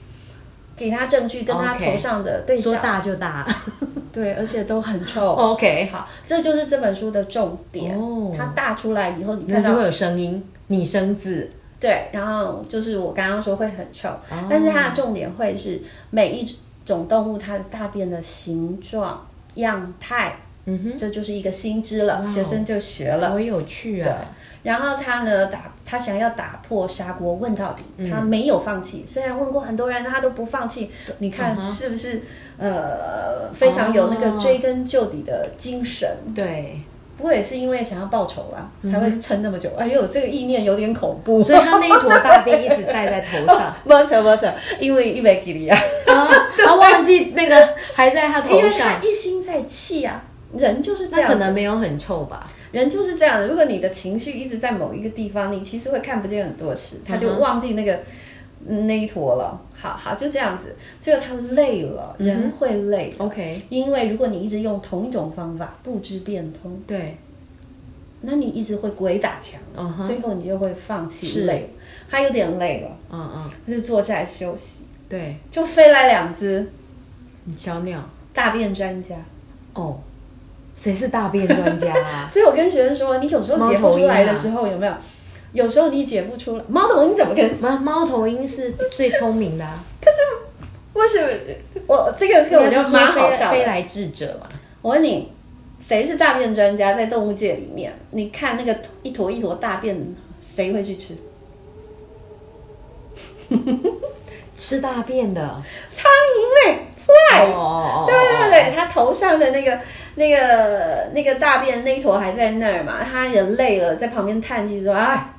[SPEAKER 1] 给他证据，跟他
[SPEAKER 2] OK
[SPEAKER 1] 头上的对哦
[SPEAKER 2] 说
[SPEAKER 1] 照，
[SPEAKER 2] 大就大
[SPEAKER 1] 对，而且都很臭。
[SPEAKER 2] ，OK，好，
[SPEAKER 1] 好，这就是这本书的重点。
[SPEAKER 2] 哦
[SPEAKER 1] 它大出来以后，你
[SPEAKER 2] 那
[SPEAKER 1] 看
[SPEAKER 2] 就
[SPEAKER 1] 到
[SPEAKER 2] 会有声音，拟声字，
[SPEAKER 1] 对，然后就是我刚刚说会很臭，
[SPEAKER 2] 哦
[SPEAKER 1] 但是它的重点会是每一种动物它的大便的形状、样态，
[SPEAKER 2] 嗯哼，
[SPEAKER 1] 这就是一个新知了，
[SPEAKER 2] 哇哦哦
[SPEAKER 1] 学生就学
[SPEAKER 2] 好
[SPEAKER 1] 了。
[SPEAKER 2] 有趣
[SPEAKER 1] 对
[SPEAKER 2] 啊，，
[SPEAKER 1] 然后他呢打他想要打破砂锅问到底，
[SPEAKER 2] 嗯
[SPEAKER 1] 他没有放弃。虽然问过很多人，他都不放弃。你看
[SPEAKER 2] 嗯哼
[SPEAKER 1] 是不是呃非常有那个
[SPEAKER 2] 哦
[SPEAKER 1] 追根究底的精神？
[SPEAKER 2] 对。
[SPEAKER 1] 不过也是因为想要报仇啦，才会撑那么久。哎呦，这个意念有点恐怖。，
[SPEAKER 2] 嗯所以他那一坨大便一直戴在头上
[SPEAKER 1] 没错没错，因为一没给 力啊，
[SPEAKER 2] 啊，他忘记那个还在他头
[SPEAKER 1] 因为他
[SPEAKER 2] 上，
[SPEAKER 1] 一心在气啊。人就是这
[SPEAKER 2] 那
[SPEAKER 1] 样子，
[SPEAKER 2] 可能没有很臭吧？
[SPEAKER 1] 人就是这样的。如果你的情绪一直在某一个地方，你其实会看不见很多事，他就
[SPEAKER 2] 嗯哼
[SPEAKER 1] 忘记那个、那一坨了。好好，就这样子。最后他累了，
[SPEAKER 2] 嗯
[SPEAKER 1] 人会累的
[SPEAKER 2] OK
[SPEAKER 1] 因为如果你一直用同一种方法，不知变通，
[SPEAKER 2] 对，
[SPEAKER 1] 那你一直会鬼打墙
[SPEAKER 2] 嗯哼
[SPEAKER 1] 最后你就会放弃
[SPEAKER 2] 是
[SPEAKER 1] 累。他有点累了，
[SPEAKER 2] 嗯嗯，
[SPEAKER 1] 他就坐下来休息，
[SPEAKER 2] 对，
[SPEAKER 1] 就飞来两只
[SPEAKER 2] 小鸟
[SPEAKER 1] 大便专家。
[SPEAKER 2] 哦，谁是大便专家啊？
[SPEAKER 1] 所以我跟学生说，你有时候解不出来的时候，有没有？有时候你解不出来，猫头鹰怎么跟？
[SPEAKER 2] 猫猫头鹰是最聪明的、啊，
[SPEAKER 1] 可是为什么我这个是我觉得蛮好笑
[SPEAKER 2] 应该是说飞
[SPEAKER 1] 的。
[SPEAKER 2] 来智者嘛。
[SPEAKER 1] 我问你，谁是大便专家？在动物界里面，你看那个一坨一坨大便，谁会去吃？
[SPEAKER 2] 吃大便的，
[SPEAKER 1] 苍蝇嘞，fly。
[SPEAKER 2] 哦哦哦
[SPEAKER 1] 对对对，他头上的那个、那个、那个大便那一坨还在那儿嘛，他也累了，在旁边叹气说：“哎，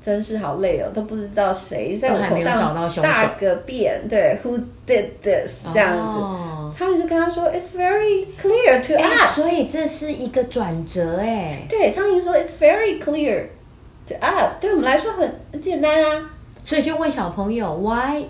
[SPEAKER 1] 真是好累哦，都不知道谁在
[SPEAKER 2] 都
[SPEAKER 1] 我
[SPEAKER 2] 还
[SPEAKER 1] 头
[SPEAKER 2] 没有找到
[SPEAKER 1] 上
[SPEAKER 2] 凶
[SPEAKER 1] 大
[SPEAKER 2] 手
[SPEAKER 1] 个便，对，Who did this 这样子。
[SPEAKER 2] 哦
[SPEAKER 1] 差点就跟他说，It's very clear to
[SPEAKER 2] 哎
[SPEAKER 1] us、
[SPEAKER 2] 所以这是一个转折哎，
[SPEAKER 1] 对，苍蝇说，It's very clear to us，对我们来说很很简单啊。
[SPEAKER 2] 所以就问小朋友 why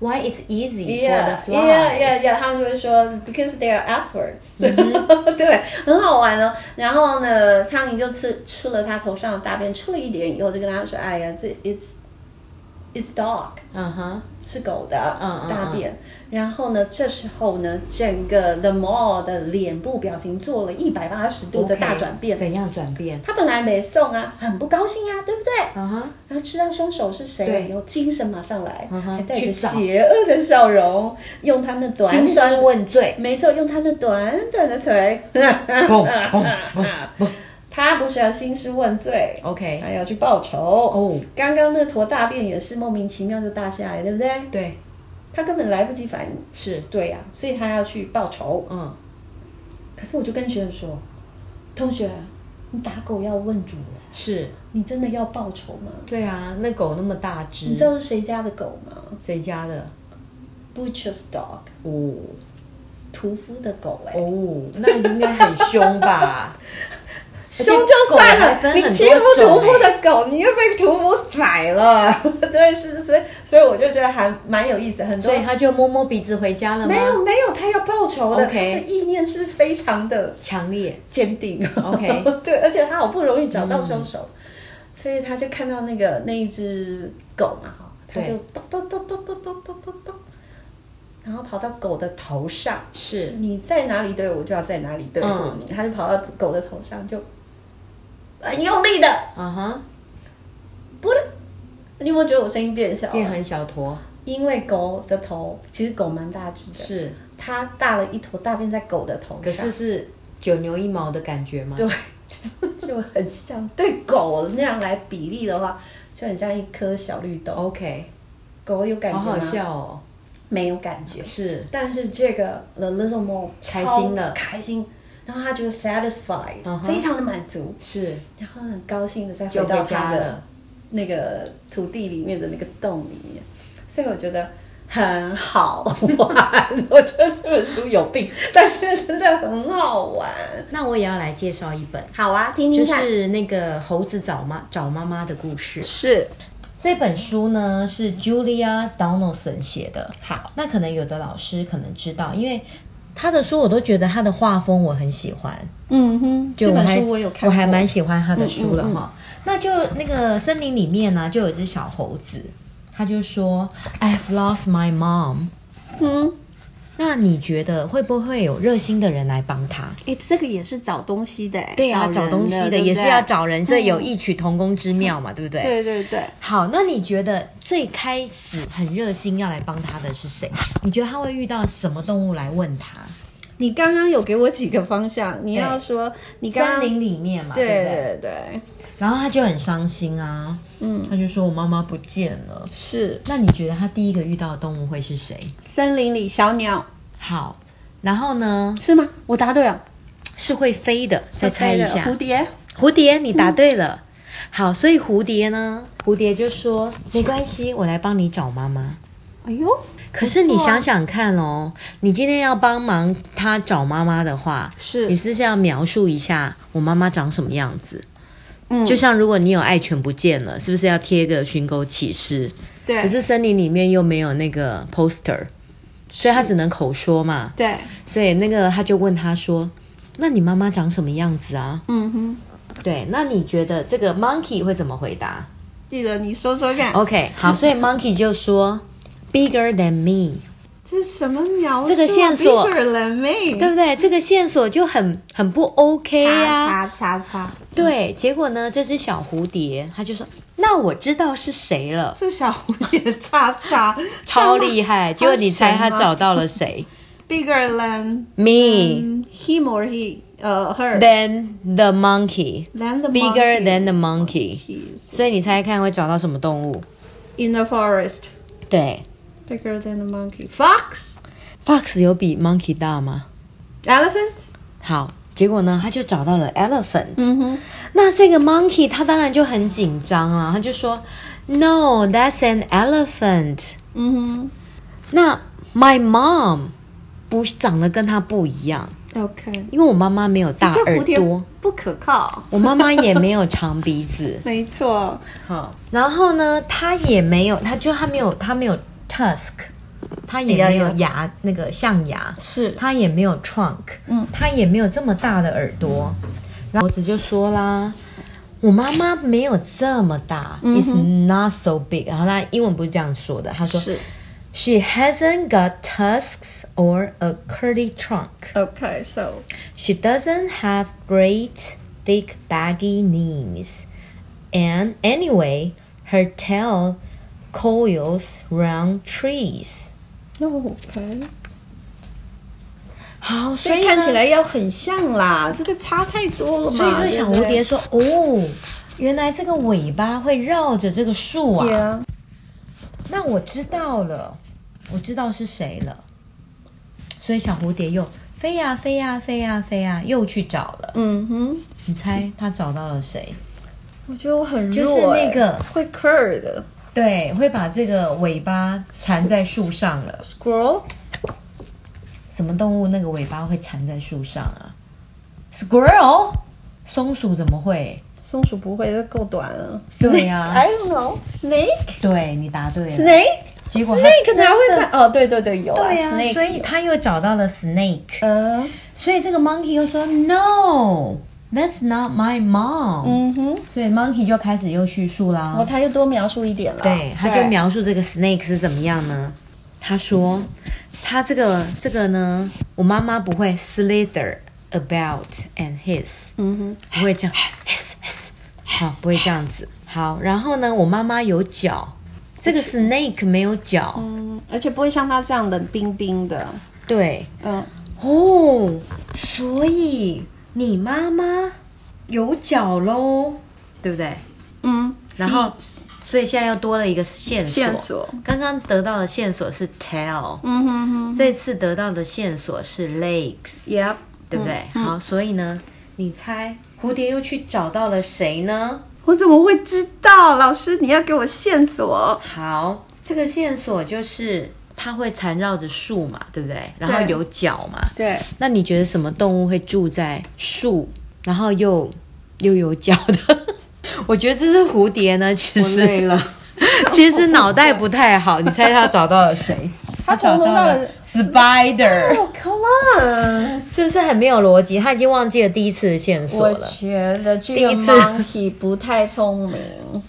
[SPEAKER 2] why it's easy for
[SPEAKER 1] Yeah,
[SPEAKER 2] the flies？嗯
[SPEAKER 1] yeah, yeah, yeah，他们就会说 because they are asswards，、对， 很好玩哦。然后呢，苍蝇就吃吃了他头上的大便，吃了一点以后，就跟他说，哎呀，这 it's it's dog，
[SPEAKER 2] 嗯哼，
[SPEAKER 1] 是狗的
[SPEAKER 2] 嗯嗯
[SPEAKER 1] 大便。然后呢，这时候呢，整个 the mall 的脸部表情做了一百八十度的大转变。
[SPEAKER 2] 怎样转变？
[SPEAKER 1] 他本来没送啊，很不高兴啊，对不对？
[SPEAKER 2] 嗯哼，
[SPEAKER 1] 然后知道凶手是谁了
[SPEAKER 2] 对
[SPEAKER 1] 以后，精神马上来，
[SPEAKER 2] 嗯哼
[SPEAKER 1] 还带着
[SPEAKER 2] 去找
[SPEAKER 1] 邪恶的笑容，用他那短
[SPEAKER 2] 兴
[SPEAKER 1] 短
[SPEAKER 2] 师问罪，
[SPEAKER 1] 没错，用他那短短的腿，
[SPEAKER 2] 砰砰砰 砰
[SPEAKER 1] 他不是要兴师问罪，他
[SPEAKER 2] ，OK，
[SPEAKER 1] 要去报仇。
[SPEAKER 2] 哦
[SPEAKER 1] 刚刚那坨大便也是莫名其妙就大下来，对不对？
[SPEAKER 2] 对，
[SPEAKER 1] 他根本来不及反应。
[SPEAKER 2] 是，
[SPEAKER 1] 对呀、所以他要去报仇。
[SPEAKER 2] 嗯，
[SPEAKER 1] 可是我就跟学生说，同学，啊你打狗要问主人，
[SPEAKER 2] 是，
[SPEAKER 1] 你真的要报仇吗？
[SPEAKER 2] 对啊，那狗那么大只
[SPEAKER 1] 你，知道是谁家的狗吗
[SPEAKER 2] 谁家的？
[SPEAKER 1] ？Butcher's dog，
[SPEAKER 2] 哦
[SPEAKER 1] 屠夫的狗哎、
[SPEAKER 2] 哦，那应该很凶吧？
[SPEAKER 1] 凶就算
[SPEAKER 2] 而且狗还
[SPEAKER 1] 了，
[SPEAKER 2] 分
[SPEAKER 1] 你
[SPEAKER 2] 很多
[SPEAKER 1] 欺负屠
[SPEAKER 2] 种
[SPEAKER 1] 夫
[SPEAKER 2] 欸
[SPEAKER 1] 的狗，你又被屠夫宰了。 对，是，所以所以我就觉得还蛮有意思，很多
[SPEAKER 2] 所以他就摸摸鼻子回家了吗？
[SPEAKER 1] 没有没有，他要报仇的
[SPEAKER 2] OK
[SPEAKER 1] 他的意念是非常的
[SPEAKER 2] 强烈，
[SPEAKER 1] 坚定。
[SPEAKER 2] OK 嗯
[SPEAKER 1] 对，而且他好不容易找到凶手，所以他就看到那个那一只狗嘛，哈，他就
[SPEAKER 2] 对
[SPEAKER 1] 咚咚咚咚咚咚咚咚咚，然后跑到狗的头上，
[SPEAKER 2] 是
[SPEAKER 1] 你在哪里对我，就要在哪里对付
[SPEAKER 2] 嗯
[SPEAKER 1] 你。他就跑到狗的头上，就很用力的，
[SPEAKER 2] 啊哈，
[SPEAKER 1] 不是。你有没有觉得我声音变小了？啊
[SPEAKER 2] 变很小坨，
[SPEAKER 1] 因为狗的头其实狗蛮大只的，
[SPEAKER 2] 是，
[SPEAKER 1] 它大了一坨大便在狗的头上，
[SPEAKER 2] 可是是九牛一毛的感觉吗？
[SPEAKER 1] 对， 就很像对狗那样来比例的话，就很像一颗小绿豆。
[SPEAKER 2] ，OK，
[SPEAKER 1] 狗有感觉
[SPEAKER 2] 哦好
[SPEAKER 1] 吗？
[SPEAKER 2] 好笑哦，
[SPEAKER 1] 没有感觉。
[SPEAKER 2] 是
[SPEAKER 1] 但是这个 The Little Mole
[SPEAKER 2] 开心了
[SPEAKER 1] 超开心，然后他觉得 satisfied，、
[SPEAKER 2] 嗯哼
[SPEAKER 1] 非常的满足，
[SPEAKER 2] 是，
[SPEAKER 1] 然后很高兴的再回
[SPEAKER 2] 就
[SPEAKER 1] 到
[SPEAKER 2] 回
[SPEAKER 1] 他
[SPEAKER 2] 家
[SPEAKER 1] 的
[SPEAKER 2] 了，
[SPEAKER 1] 那个土地里面的那个洞里面，所以我觉得很好玩。我觉得这本书有病，但是真的很好玩。
[SPEAKER 2] 那我也要来介绍一本，
[SPEAKER 1] 好啊，听听
[SPEAKER 2] 就
[SPEAKER 1] 看。
[SPEAKER 2] 是那个猴子找妈找妈妈的故事。
[SPEAKER 1] 是
[SPEAKER 2] 这本书呢是 Julia Donaldson 写的。好，那可能有的老师可能知道，因为她的书我都觉得她的画风我很喜欢，
[SPEAKER 1] 嗯哼，
[SPEAKER 2] 就
[SPEAKER 1] 这
[SPEAKER 2] 我
[SPEAKER 1] 本
[SPEAKER 2] 还
[SPEAKER 1] 书我有看过，
[SPEAKER 2] 还蛮喜欢她的书的
[SPEAKER 1] 嗯嗯嗯
[SPEAKER 2] 哈。那就那个森林里面呢、就有一只小猴子，他就说 I've lost my mom。
[SPEAKER 1] 嗯，
[SPEAKER 2] 那你觉得会不会有热心的人来帮他？
[SPEAKER 1] 哎，这个也是找东西的，
[SPEAKER 2] 对啊，找
[SPEAKER 1] 人
[SPEAKER 2] 东西
[SPEAKER 1] 的
[SPEAKER 2] 的
[SPEAKER 1] 对不
[SPEAKER 2] 也是
[SPEAKER 1] 对
[SPEAKER 2] 要找人，所以有
[SPEAKER 1] 嗯
[SPEAKER 2] 异曲同工之妙嘛，对不对？
[SPEAKER 1] 对对对，
[SPEAKER 2] 好，那你觉得最开始很热心要来帮他的是谁？你觉得他会遇到什么动物来问他？
[SPEAKER 1] 你刚刚有给我几个方向，你要说你刚刚
[SPEAKER 2] 森林里面嘛，
[SPEAKER 1] 对
[SPEAKER 2] 对不对？
[SPEAKER 1] 对对，
[SPEAKER 2] 然后他就很伤心啊，
[SPEAKER 1] 嗯，
[SPEAKER 2] 他就说我妈妈不见了。
[SPEAKER 1] 是
[SPEAKER 2] 那你觉得他第一个遇到的动物会是谁？
[SPEAKER 1] 森林里小鸟
[SPEAKER 2] 好，然后呢
[SPEAKER 1] 是吗？我答对了，
[SPEAKER 2] 是会飞的，再猜一下
[SPEAKER 1] 蝴蝶，
[SPEAKER 2] 蝴嗯蝶，你答对了。好，所以蝴蝶呢？蝴蝶就说没关系，我来帮你找妈妈。
[SPEAKER 1] 哎呦，
[SPEAKER 2] 可是你
[SPEAKER 1] 不错啊
[SPEAKER 2] 想想看哦，你今天要帮忙他找妈妈的话，
[SPEAKER 1] 是
[SPEAKER 2] 你是要描述一下我妈妈长什么样子。
[SPEAKER 1] 嗯
[SPEAKER 2] 就像如果你有爱犬不见了，是不是要贴个寻狗启事？
[SPEAKER 1] 对，
[SPEAKER 2] 可是森林里面又没有那个 poster，所以他只能口说嘛。
[SPEAKER 1] 对，
[SPEAKER 2] 所以那个他就问他说：“那你妈妈长什么样子啊
[SPEAKER 1] 嗯哼，？”
[SPEAKER 2] 对，那你觉得这个 monkey 会怎么回答
[SPEAKER 1] 记得你说说看，
[SPEAKER 2] ？OK，好，所以 monkey 就说 bigger than me。
[SPEAKER 1] 这是什么描述？啊
[SPEAKER 2] 这个线索
[SPEAKER 1] bigger than me，
[SPEAKER 2] 对不对？这个线索就很很不 OK 啊。
[SPEAKER 1] 擦擦擦，
[SPEAKER 2] 对，结果呢，这只小蝴蝶，它就说：“那我知道是谁了，
[SPEAKER 1] 这小蝴蝶叉叉
[SPEAKER 2] 超厉害。”结果你猜它找
[SPEAKER 1] 到
[SPEAKER 2] 到了谁
[SPEAKER 1] bigger than than
[SPEAKER 2] ？Me
[SPEAKER 1] him or he，呃，her
[SPEAKER 2] than the monkey
[SPEAKER 1] than the
[SPEAKER 2] bigger
[SPEAKER 1] monkey
[SPEAKER 2] than the monkey。
[SPEAKER 1] monkeys
[SPEAKER 2] 所以你猜猜看会找到什么动物？
[SPEAKER 1] in the forest
[SPEAKER 2] 对
[SPEAKER 1] bigger than the monkey fox
[SPEAKER 2] ，fox 有比 monkey 大吗？
[SPEAKER 1] elephant
[SPEAKER 2] 好，结果呢，他就找到了 elephant。
[SPEAKER 1] 嗯哼，
[SPEAKER 2] 那这个 monkey 他当然就很紧张啊，他就说，No, that's an elephant。
[SPEAKER 1] 嗯
[SPEAKER 2] 那 my mom 不长得跟他不一样，
[SPEAKER 1] 哼，OK。
[SPEAKER 2] 因为我妈妈没有大
[SPEAKER 1] 这
[SPEAKER 2] 耳
[SPEAKER 1] 蝴蝶
[SPEAKER 2] 朵，
[SPEAKER 1] 不可靠，。
[SPEAKER 2] 我妈妈也没有长鼻子
[SPEAKER 1] 没错，
[SPEAKER 2] 好，然后呢，它也没有，它就它没有，它没有 tusk，它也
[SPEAKER 1] 哎呀
[SPEAKER 2] 没有
[SPEAKER 1] 呀
[SPEAKER 2] 牙那个象牙，
[SPEAKER 1] 是
[SPEAKER 2] 它也没有 trunk，
[SPEAKER 1] 嗯
[SPEAKER 2] 它也没有这么大的耳朵。然后我子就说啦，我妈妈没有这么大、
[SPEAKER 1] 嗯
[SPEAKER 2] i t s
[SPEAKER 1] 哼
[SPEAKER 2] not so big。然后她英文不是这样说的，她说
[SPEAKER 1] 是
[SPEAKER 2] She hasn't got tusks or a curly trunk.
[SPEAKER 1] OK，so、
[SPEAKER 2] She doesn't have great, thick, baggy knees. And anyway, her tail coils round trees.
[SPEAKER 1] OK，
[SPEAKER 2] 好，所
[SPEAKER 1] 所以
[SPEAKER 2] 以
[SPEAKER 1] 看
[SPEAKER 2] 呢
[SPEAKER 1] 起来要很像啦，这个差太多了嘛。
[SPEAKER 2] 所以这个小
[SPEAKER 1] 对不
[SPEAKER 2] 蝴
[SPEAKER 1] 对
[SPEAKER 2] 蝶说：“哦，原来这个尾巴会绕着这个树啊。
[SPEAKER 1] Yeah，
[SPEAKER 2] 那我知道了，我知道是谁了。所以小蝴蝶又飞呀、飞呀、飞呀、飞呀、又去找了。
[SPEAKER 1] 嗯哼，
[SPEAKER 2] 你猜它找到了谁？
[SPEAKER 1] 我觉得我很弱、
[SPEAKER 2] 就是那个
[SPEAKER 1] 哎会 curl 的
[SPEAKER 2] 对，会把这个尾巴缠在树上了。
[SPEAKER 1] squirrel，
[SPEAKER 2] 什么动物那个尾巴会缠在树上啊？Squirrel，松鼠怎么会？
[SPEAKER 1] 松鼠不会，这够短了。
[SPEAKER 2] 对啊呀
[SPEAKER 1] I don't know snake
[SPEAKER 2] 对你答对了。
[SPEAKER 1] snake
[SPEAKER 2] 结果它
[SPEAKER 1] snake 哪会
[SPEAKER 2] 真的
[SPEAKER 1] 在？哦，对对对，有啊
[SPEAKER 2] 对呀、
[SPEAKER 1] snake
[SPEAKER 2] 所以哦他又找到了 snake，、
[SPEAKER 1] 呃，
[SPEAKER 2] 所以这个 monkey 又说 no，that's not my mom，、
[SPEAKER 1] 嗯哼，
[SPEAKER 2] 所以 monkey 就开始又叙述啦。
[SPEAKER 1] 然后他又多描述一点了，
[SPEAKER 2] 对，他就描述这个 snake 是怎么样呢？他说，他这个这个呢，我妈妈不会 slither about and hiss，
[SPEAKER 1] 嗯
[SPEAKER 2] 不会这样 hiss hiss，好，不会这样子。好，然后呢，我妈妈有脚，这个 snake 没有脚
[SPEAKER 1] 哼，，嗯，而且不会像它这样冷冰冰的，
[SPEAKER 2] 对，
[SPEAKER 1] 嗯，
[SPEAKER 2] 哦，所以你妈妈有脚喽，对不对？
[SPEAKER 1] 嗯，
[SPEAKER 2] 然后，所以现在又多了一个线索。
[SPEAKER 1] 线索
[SPEAKER 2] 刚刚得到的线索是 tail，、
[SPEAKER 1] 嗯哼哼
[SPEAKER 2] 这次得到的线索是 legs，、
[SPEAKER 1] ，Yep，
[SPEAKER 2] 对不对？
[SPEAKER 1] 嗯嗯
[SPEAKER 2] 好，所以呢，你猜蝴蝶又去找到了谁呢？
[SPEAKER 1] 我怎么会知道？老师，你要给我线索。
[SPEAKER 2] 好，这个线索就是它会缠绕着树嘛，对不对？然后
[SPEAKER 1] 对
[SPEAKER 2] 有脚嘛。
[SPEAKER 1] 对，
[SPEAKER 2] 那你觉得什么动物会住在树，然后又又有脚的？ 我觉得这是蝴蝶呢，其实
[SPEAKER 1] 我累了
[SPEAKER 2] 其实脑袋不太好。你猜它找到了谁？
[SPEAKER 1] 它
[SPEAKER 2] 找
[SPEAKER 1] 从头
[SPEAKER 2] 到
[SPEAKER 1] 到
[SPEAKER 2] 了
[SPEAKER 1] 尾
[SPEAKER 2] spider，
[SPEAKER 1] 哦、c o m e
[SPEAKER 2] 是不是很没有逻辑？他已经忘记了第一次的线
[SPEAKER 1] on！
[SPEAKER 2] 索
[SPEAKER 1] 我
[SPEAKER 2] 了。
[SPEAKER 1] 觉得这
[SPEAKER 2] 第
[SPEAKER 1] 个
[SPEAKER 2] 一次
[SPEAKER 1] monkey 不太聪明，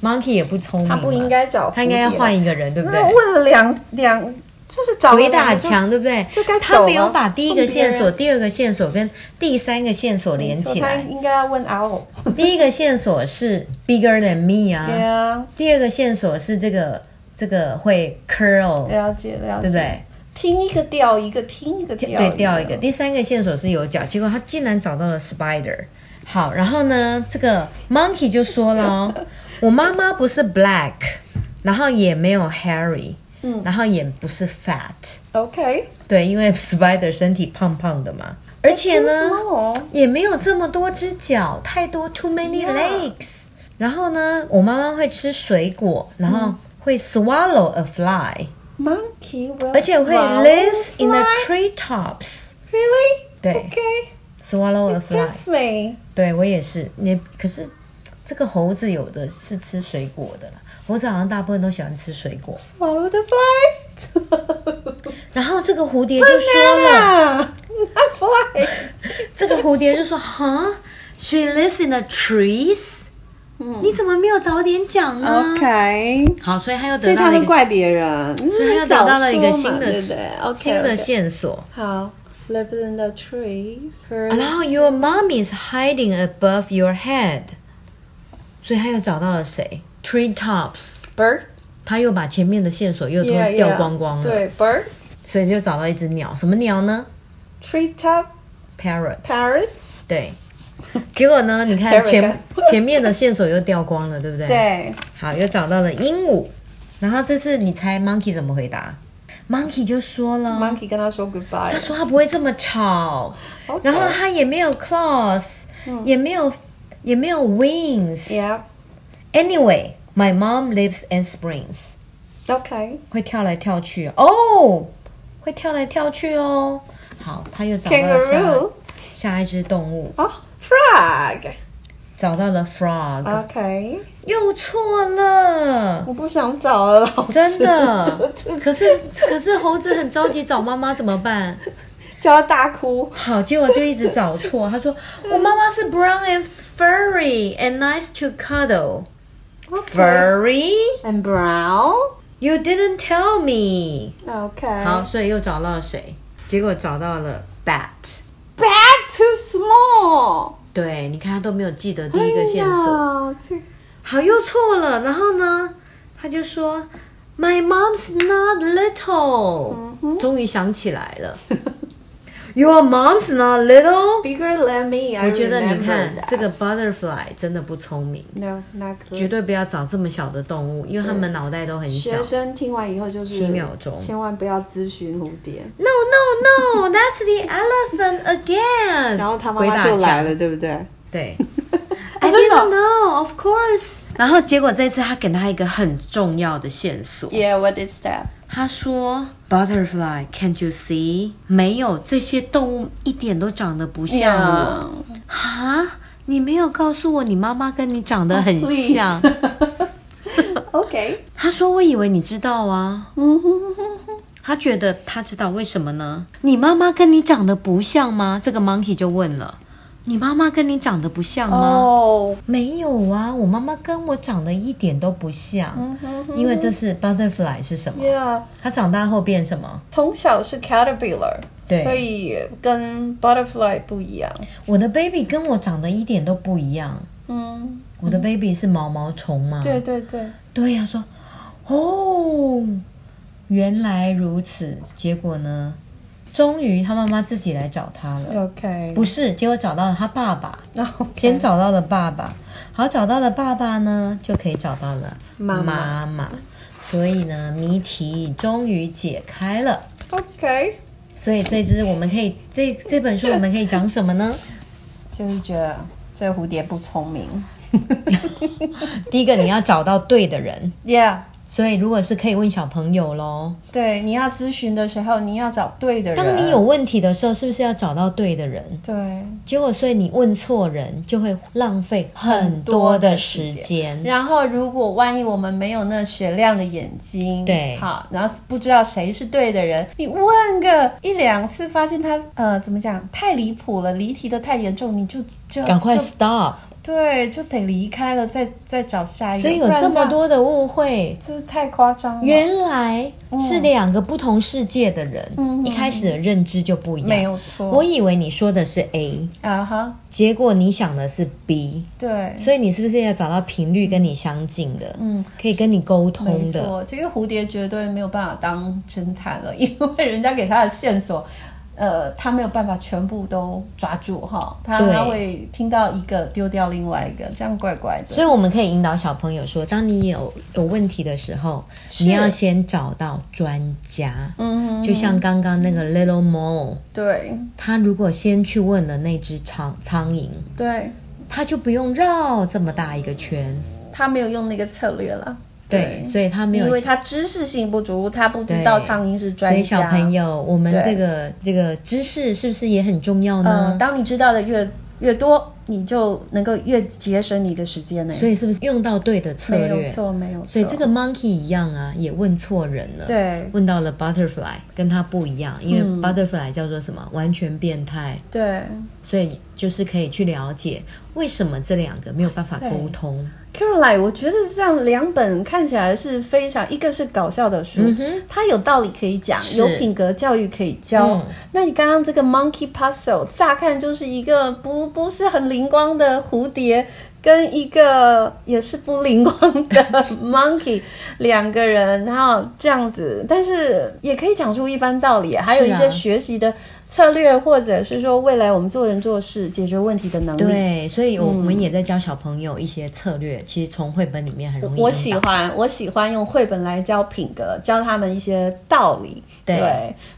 [SPEAKER 2] Monkey 也不聪明嘛，
[SPEAKER 1] 嗯他不应该找蝴蝶
[SPEAKER 2] 他应该要换一个人，对不对
[SPEAKER 1] 那？问了两两，就是找了
[SPEAKER 2] 鬼
[SPEAKER 1] 两
[SPEAKER 2] 打
[SPEAKER 1] 个
[SPEAKER 2] 墙，对不对
[SPEAKER 1] 就该？
[SPEAKER 2] 他
[SPEAKER 1] 走
[SPEAKER 2] 没有
[SPEAKER 1] 了
[SPEAKER 2] 把第一
[SPEAKER 1] 换
[SPEAKER 2] 个
[SPEAKER 1] 别
[SPEAKER 2] 线索、
[SPEAKER 1] 人
[SPEAKER 2] 第二个线索跟第三个线索连
[SPEAKER 1] 说
[SPEAKER 2] 起
[SPEAKER 1] 他
[SPEAKER 2] 来。
[SPEAKER 1] 应该要问 owl。
[SPEAKER 2] 第一个线索是 bigger than me 啊，
[SPEAKER 1] 对啊，
[SPEAKER 2] 第二个线索是这个这个会 curl，、
[SPEAKER 1] 了解了解，
[SPEAKER 2] 对不对？
[SPEAKER 1] 听一个掉一个，听一个掉
[SPEAKER 2] 对，掉一个。第三个线索是有脚，结果他竟然找到了 spider。好，然后呢，这个 monkey 就说了哦、我妈妈不是 black，然后也没有 hairy，
[SPEAKER 1] 嗯
[SPEAKER 2] 然后也不是 fat，
[SPEAKER 1] ，OK。
[SPEAKER 2] 对，因为 spider 身体胖胖的嘛，而且呢。也没有这么多只脚，太多 too many
[SPEAKER 1] Yeah.
[SPEAKER 2] legs。然后呢，我妈妈会吃水果，然后会 swallow a fly，、
[SPEAKER 1] ，monkey will
[SPEAKER 2] 而且会
[SPEAKER 1] swallow
[SPEAKER 2] lives in the
[SPEAKER 1] fly.
[SPEAKER 2] tree tops。
[SPEAKER 1] Really？
[SPEAKER 2] 对
[SPEAKER 1] OK。
[SPEAKER 2] swallow a fly，
[SPEAKER 1] That's me。
[SPEAKER 2] 对我也是。你可是这个猴子有的是吃水果的啦，猴子好像大部分都喜欢吃水果。
[SPEAKER 1] Swallow the fly。
[SPEAKER 2] 然后这个蝴蝶就说了，
[SPEAKER 1] ，not fly。
[SPEAKER 2] 这个蝴蝶就说，哈，she lives in the trees，、你怎么没有早点讲呢
[SPEAKER 1] OK。
[SPEAKER 2] 好，所以他又
[SPEAKER 1] 所
[SPEAKER 2] 得
[SPEAKER 1] 以
[SPEAKER 2] 到
[SPEAKER 1] 他
[SPEAKER 2] 了
[SPEAKER 1] 会
[SPEAKER 2] 一个
[SPEAKER 1] 怪别人，
[SPEAKER 2] 所以他又找到了一个新的
[SPEAKER 1] 对不对？OK，
[SPEAKER 2] 新的。线索。
[SPEAKER 1] 好，Live in the trees。
[SPEAKER 2] 然后 your mom is hiding above your head，所以他又找到了谁？Tree tops，
[SPEAKER 1] bird
[SPEAKER 2] 他又把前面的线索又都掉光光了
[SPEAKER 1] 对，bird
[SPEAKER 2] 所以就找到一只鸟，什么鸟呢
[SPEAKER 1] tree top
[SPEAKER 2] ？Parrot，
[SPEAKER 1] parrots。
[SPEAKER 2] 对。结果呢？你看
[SPEAKER 1] Parrot
[SPEAKER 2] 前 前面的线索又掉光了，对不对？。
[SPEAKER 1] 对
[SPEAKER 2] 好，又找到了鹦鹉。然后这次你猜 monkey 怎么回答 Monkey 就说了
[SPEAKER 1] Monkey 跟他说 goodbye，
[SPEAKER 2] 他说他不会这么吵
[SPEAKER 1] OK
[SPEAKER 2] 然后他也没有 claws，、也没有也没有 wings。
[SPEAKER 1] 嗯 Yeah,
[SPEAKER 2] Anyway, my mom lives in Springs，
[SPEAKER 1] OK，
[SPEAKER 2] 会跳来跳去哦，会跳来跳去哦。好，他又找到了
[SPEAKER 1] Kangaroo
[SPEAKER 2] 下下一只动物，
[SPEAKER 1] 哦、f r o g
[SPEAKER 2] 找到了 frog，、
[SPEAKER 1] o k
[SPEAKER 2] 又错了。
[SPEAKER 1] 我不想找了，老师，
[SPEAKER 2] 真 的
[SPEAKER 1] 真，的
[SPEAKER 2] 可是可是猴子很着急找妈妈怎么办？
[SPEAKER 1] 叫他大哭。
[SPEAKER 2] 好，结果就一直找错。他说我妈妈是 brown and furry and nice to cuddle。Furry,
[SPEAKER 1] and brown,
[SPEAKER 2] you didn't tell me。
[SPEAKER 1] OK，
[SPEAKER 2] 好，所以又找到谁？结果找到了 bat。
[SPEAKER 1] ，back too small，
[SPEAKER 2] 对，你看他都没有记得第一个
[SPEAKER 1] 哎
[SPEAKER 2] 线索。
[SPEAKER 1] 呀这
[SPEAKER 2] 好，又错了。然后呢，他就说 My mom's not little、
[SPEAKER 1] 嗯哼
[SPEAKER 2] 终于想起来了，Your mom's not little。
[SPEAKER 1] bigger than me，
[SPEAKER 2] 我觉得你看这个
[SPEAKER 1] b u
[SPEAKER 2] butterfly 真的不聪明，
[SPEAKER 1] no not
[SPEAKER 2] 绝
[SPEAKER 1] good。
[SPEAKER 2] 对不要找这么小的动物，因为他们脑袋都很小。
[SPEAKER 1] 学生听完以后就是
[SPEAKER 2] 七秒钟
[SPEAKER 1] 千万不要咨询蝴蝶。
[SPEAKER 2] No no no, that's the elephant again。
[SPEAKER 1] 然后他妈
[SPEAKER 2] 鬼
[SPEAKER 1] 妈
[SPEAKER 2] 打
[SPEAKER 1] 就来
[SPEAKER 2] 嗯墙
[SPEAKER 1] 了，对不对？
[SPEAKER 2] 对
[SPEAKER 1] 啊
[SPEAKER 2] ，I
[SPEAKER 1] 真
[SPEAKER 2] didn't
[SPEAKER 1] 的
[SPEAKER 2] know, of course。然后结果这次他给他一个很重要的线索，
[SPEAKER 1] ？Yeah，what is that？
[SPEAKER 2] 他说：“Butterfly, can't you see？没有这些动物一点都长得不像我。哈，你没有告诉我你妈妈跟你长
[SPEAKER 1] 哦
[SPEAKER 2] 得很像。
[SPEAKER 1] OK，
[SPEAKER 2] 他说：“我以为你知道啊。
[SPEAKER 1] 嗯哼哼哼”
[SPEAKER 2] 他觉得他知道为什么呢？你妈妈跟你长得不像吗？这个 monkey 就问了：“你妈妈跟你长得不像
[SPEAKER 1] 哼，
[SPEAKER 2] 吗？”
[SPEAKER 1] 哦，
[SPEAKER 2] 没有啊，我妈妈跟我长得一点都不像，
[SPEAKER 1] 嗯哼哼
[SPEAKER 2] 因为这是 butterfly 是什么？
[SPEAKER 1] ，Yeah，
[SPEAKER 2] 它长大后变什么？
[SPEAKER 1] 从小是 caterpillar，
[SPEAKER 2] 对
[SPEAKER 1] 所以跟 butterfly 不一样。
[SPEAKER 2] 我的 baby 跟我长得一点都不一样，
[SPEAKER 1] 嗯，
[SPEAKER 2] 我的 baby 是毛毛虫吗？
[SPEAKER 1] 对对对，
[SPEAKER 2] 对呀、说哦，原来如此。结果呢，终于他妈妈自己来找他了，
[SPEAKER 1] OK，
[SPEAKER 2] 不是，结果找到了他爸爸，
[SPEAKER 1] 那
[SPEAKER 2] 先找到了爸爸，好找到了爸爸呢，就可以找到了
[SPEAKER 1] 妈妈
[SPEAKER 2] 妈所以呢，谜题终于解开了。
[SPEAKER 1] OK，
[SPEAKER 2] 所以这只我们可以这这本书我们可以讲什么呢？
[SPEAKER 1] 就是觉得这蝴蝶不聪明。
[SPEAKER 2] 第一个你要找到对的人，
[SPEAKER 1] Yeah，
[SPEAKER 2] 所以如果是可以问小朋友喽。
[SPEAKER 1] 对，你要咨询的时候，你要找对的人。
[SPEAKER 2] 当你有问题的时候，是不是要找到对的人？
[SPEAKER 1] 对，
[SPEAKER 2] 结果，所以你问错人，就会浪费很多的时间。
[SPEAKER 1] 然后如果万一我们没有那雪亮的眼睛，
[SPEAKER 2] 对
[SPEAKER 1] 好，然后不知道谁是对的人，你问个一两次，发现他呃怎么讲太离谱了，离题的太严重，你就就
[SPEAKER 2] 赶快
[SPEAKER 1] 就
[SPEAKER 2] stop！
[SPEAKER 1] 对，就得离开了，再再找下一个。
[SPEAKER 2] 所以有
[SPEAKER 1] 不然
[SPEAKER 2] 这么
[SPEAKER 1] 样，
[SPEAKER 2] 多的误会，
[SPEAKER 1] 这是太夸张了。
[SPEAKER 2] 原来是两个不同世界的人，
[SPEAKER 1] 嗯
[SPEAKER 2] 一开始的认知就不一样。
[SPEAKER 1] 没有错
[SPEAKER 2] 我以为你说的是 A，
[SPEAKER 1] 啊哈，
[SPEAKER 2] 结果你想的是 B，
[SPEAKER 1] 对，
[SPEAKER 2] 所以你是不是要找到频率跟你相近的，
[SPEAKER 1] 嗯，
[SPEAKER 2] 可以跟你沟
[SPEAKER 1] 没
[SPEAKER 2] 通的？
[SPEAKER 1] 错，这个蝴蝶绝对没有办法当侦探了， 因为人家给他的线索，呃，他没有办法全部都抓住哈，他
[SPEAKER 2] 对
[SPEAKER 1] 他会听到一个丢掉另外一个，这样怪怪的。
[SPEAKER 2] 所以我们可以引导小朋友说，当你有有问题的时候，
[SPEAKER 1] 是
[SPEAKER 2] 你要先找到专家。
[SPEAKER 1] 嗯，
[SPEAKER 2] 就像刚刚那个 Little Mole，
[SPEAKER 1] 对
[SPEAKER 2] 他如果先去问了那只苍苍蝇，
[SPEAKER 1] 对，
[SPEAKER 2] 他就不用绕这么大一个圈。
[SPEAKER 1] 他没有用那个策略了。
[SPEAKER 2] 对，所以他没有
[SPEAKER 1] 因为他知识性不足，他不知
[SPEAKER 2] 对
[SPEAKER 1] 道苍蝇是专家。
[SPEAKER 2] 所以小朋友，我们
[SPEAKER 1] 对
[SPEAKER 2] 这个这个知识是不是也很重
[SPEAKER 1] 嗯、
[SPEAKER 2] 要呢？
[SPEAKER 1] 当你知道的越越多，你就能够越节省你的时间呢、
[SPEAKER 2] 所以是不是用到对的策
[SPEAKER 1] 没有
[SPEAKER 2] 略？
[SPEAKER 1] 错，没有错。
[SPEAKER 2] 所以这个 monkey 一样啊，也问错人了。。
[SPEAKER 1] 对
[SPEAKER 2] 问到了 butterfly，跟它不一样，因为
[SPEAKER 1] 嗯
[SPEAKER 2] butterfly 叫做什么？完全变态，
[SPEAKER 1] 对
[SPEAKER 2] 所以就是可以去了解为什么这两个没有办法
[SPEAKER 1] 塞
[SPEAKER 2] 沟通。
[SPEAKER 1] Caroline，我觉得这样两本看起来是非常，一个是搞笑的书，
[SPEAKER 2] 嗯哼
[SPEAKER 1] 它有道理可以讲，
[SPEAKER 2] 是
[SPEAKER 1] 有品格教育可以教。
[SPEAKER 2] 嗯
[SPEAKER 1] 那你刚刚这个 Monkey Puzzle，乍看就是一个不不是很灵光的蝴蝶，跟一个也是不灵光的 Monkey 两个人，然后这样子，但是也可以讲出一番道理，还有一
[SPEAKER 2] 是啊
[SPEAKER 1] 些学习的策略，或者是说未来我们做人做事解决问题的能力。
[SPEAKER 2] 对，所以我
[SPEAKER 1] 嗯
[SPEAKER 2] 们也在教小朋友一些策略，其实从绘本里面很容易。
[SPEAKER 1] 我喜，欢，我喜欢用绘本来教品格，教他们一些道理。
[SPEAKER 2] 对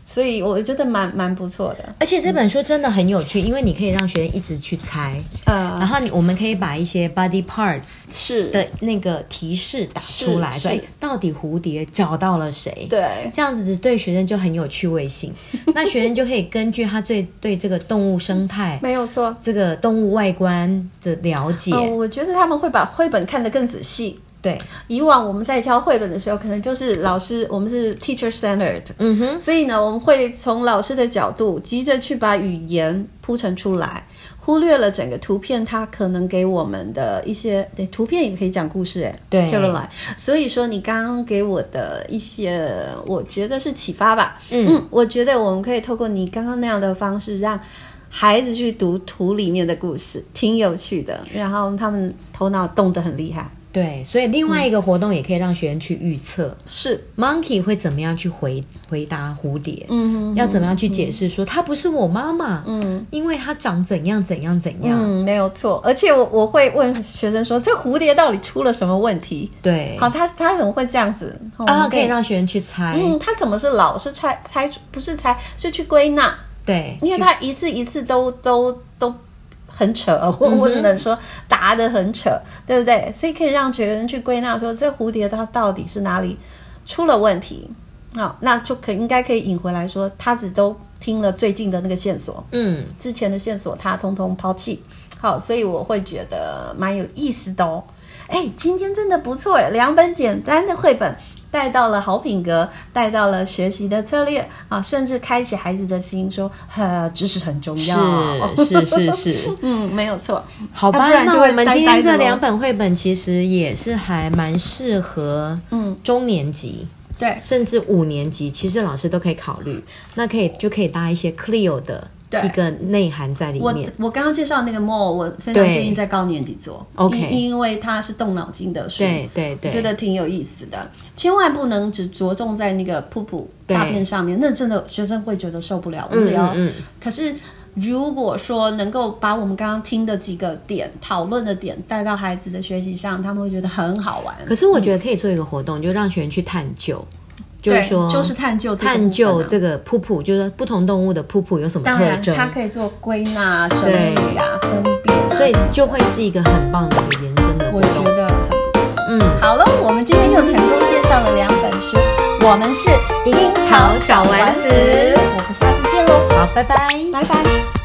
[SPEAKER 1] 所以我觉得蛮蛮不错的。
[SPEAKER 2] 而且这本书真的很有趣，因为你可以让学生一直去猜，然
[SPEAKER 1] 呃，
[SPEAKER 2] 后你我们可以把一些 body parts
[SPEAKER 1] 是
[SPEAKER 2] 的那个提示打出来，
[SPEAKER 1] 是
[SPEAKER 2] 所以
[SPEAKER 1] 是
[SPEAKER 2] 到底蝴蝶找到了谁？
[SPEAKER 1] 对，
[SPEAKER 2] 这样子对学生就很有趣 味性，那学生就可以根据他最对这个动物生态、
[SPEAKER 1] 没有错。
[SPEAKER 2] 这个动物外观的了解，
[SPEAKER 1] 嗯，我觉得他们会把绘本看得更仔细。
[SPEAKER 2] 对，
[SPEAKER 1] 以往我们在教绘本的时候，可能就是老师，我们是 teacher centered，
[SPEAKER 2] 嗯 哼，
[SPEAKER 1] 所以呢，我们会从老师的角度，急着去把语言铺陈出来，忽略了整个图片它可能给我们的一些，对，图片也可以讲故事，哎，
[SPEAKER 2] 对
[SPEAKER 1] c a r o l i 所以说你刚刚给我的一些，我觉得是启发吧，
[SPEAKER 2] 嗯
[SPEAKER 1] 我觉得我们可以透过你刚刚那样的方式，让孩子去读图里面的故事，挺有趣的，然后他们头脑动得很厉害，
[SPEAKER 2] 对，所以另
[SPEAKER 1] 嗯
[SPEAKER 2] 外一个活动也可以让学生去预测、
[SPEAKER 1] 是，
[SPEAKER 2] m o n k e y 会怎么样去回回答蝴蝶，
[SPEAKER 1] 嗯
[SPEAKER 2] 要怎么样去解释说它不是我妈妈，
[SPEAKER 1] 嗯。
[SPEAKER 2] 因为它长怎样怎样怎样，
[SPEAKER 1] 嗯，没有错。而且我我会问学生说，这蝴蝶到底出了什么问题？
[SPEAKER 2] 对，
[SPEAKER 1] 好，他他怎么会这样子？哦我
[SPEAKER 2] 啊，
[SPEAKER 1] 们
[SPEAKER 2] 可以让学生去猜，
[SPEAKER 1] 嗯，他怎么是老是猜猜出不是猜是去归纳？
[SPEAKER 2] 对，
[SPEAKER 1] 因为
[SPEAKER 2] 去
[SPEAKER 1] 他一次一次都都都很扯，
[SPEAKER 2] 嗯
[SPEAKER 1] 我我只能说答得很扯，对不对？所以可以让学生去归纳说，这蝴蝶它到底是哪里出了问题？好、那就可应该可以引回来说，他只都听了最近的那个线索，
[SPEAKER 2] 嗯。
[SPEAKER 1] 之前的线索他通通抛弃。好，所以我会觉得蛮有意思的哦。哎，今天真的不错哎，两本简单的绘本带到了好品格，带到了学习的策略啊，甚至开启孩子的心，说呃，知识很重要。哦
[SPEAKER 2] 是是是 是，
[SPEAKER 1] 嗯，没有错。
[SPEAKER 2] 好吧
[SPEAKER 1] 要不，然就
[SPEAKER 2] 那
[SPEAKER 1] 会
[SPEAKER 2] 我们
[SPEAKER 1] 呆
[SPEAKER 2] 今
[SPEAKER 1] 呆
[SPEAKER 2] 天
[SPEAKER 1] 的咯
[SPEAKER 2] 这两本绘本其实也是还蛮适合，
[SPEAKER 1] 嗯，
[SPEAKER 2] 中年级。
[SPEAKER 1] 对
[SPEAKER 2] 甚至五年级，其实老师都可以考虑，那可以就可以搭一些 Clio 的
[SPEAKER 1] 对
[SPEAKER 2] 一个内涵在里
[SPEAKER 1] 我
[SPEAKER 2] 面。
[SPEAKER 1] 我刚刚介绍那个 more，我非常
[SPEAKER 2] 对
[SPEAKER 1] 建议在高年级做
[SPEAKER 2] OK
[SPEAKER 1] 因因为它是动脑筋的书，
[SPEAKER 2] 对对对
[SPEAKER 1] 我觉得挺有意思的。千万不能只着重在那个噗噗
[SPEAKER 2] 对
[SPEAKER 1] 大便上面，那真的学生会觉得受不了无
[SPEAKER 2] 嗯
[SPEAKER 1] 聊。
[SPEAKER 2] 嗯嗯
[SPEAKER 1] 可是如果说能够把我们刚刚听的几个点、讨论的点带到孩子的学习上，他们会觉得很好玩。
[SPEAKER 2] 可是我觉得可以做一个活动，就让学员去探究，就是
[SPEAKER 1] 对
[SPEAKER 2] 说
[SPEAKER 1] 就是探究这个部分啊
[SPEAKER 2] 探究这个噗噗，就是不同动物的噗噗有什么
[SPEAKER 1] 当
[SPEAKER 2] 特
[SPEAKER 1] 然，
[SPEAKER 2] 征，
[SPEAKER 1] 它可以做归纳、整理啊、分辨啊，
[SPEAKER 2] 所以就会是一个很棒的一个延伸的活
[SPEAKER 1] 我觉
[SPEAKER 2] 动。
[SPEAKER 1] 得很不
[SPEAKER 2] 嗯。
[SPEAKER 1] 好了，我们今天又成功介绍了两本书，我们是樱
[SPEAKER 2] 桃小丸子
[SPEAKER 1] 我们下次见喽，
[SPEAKER 2] 好，拜拜。
[SPEAKER 1] 拜拜。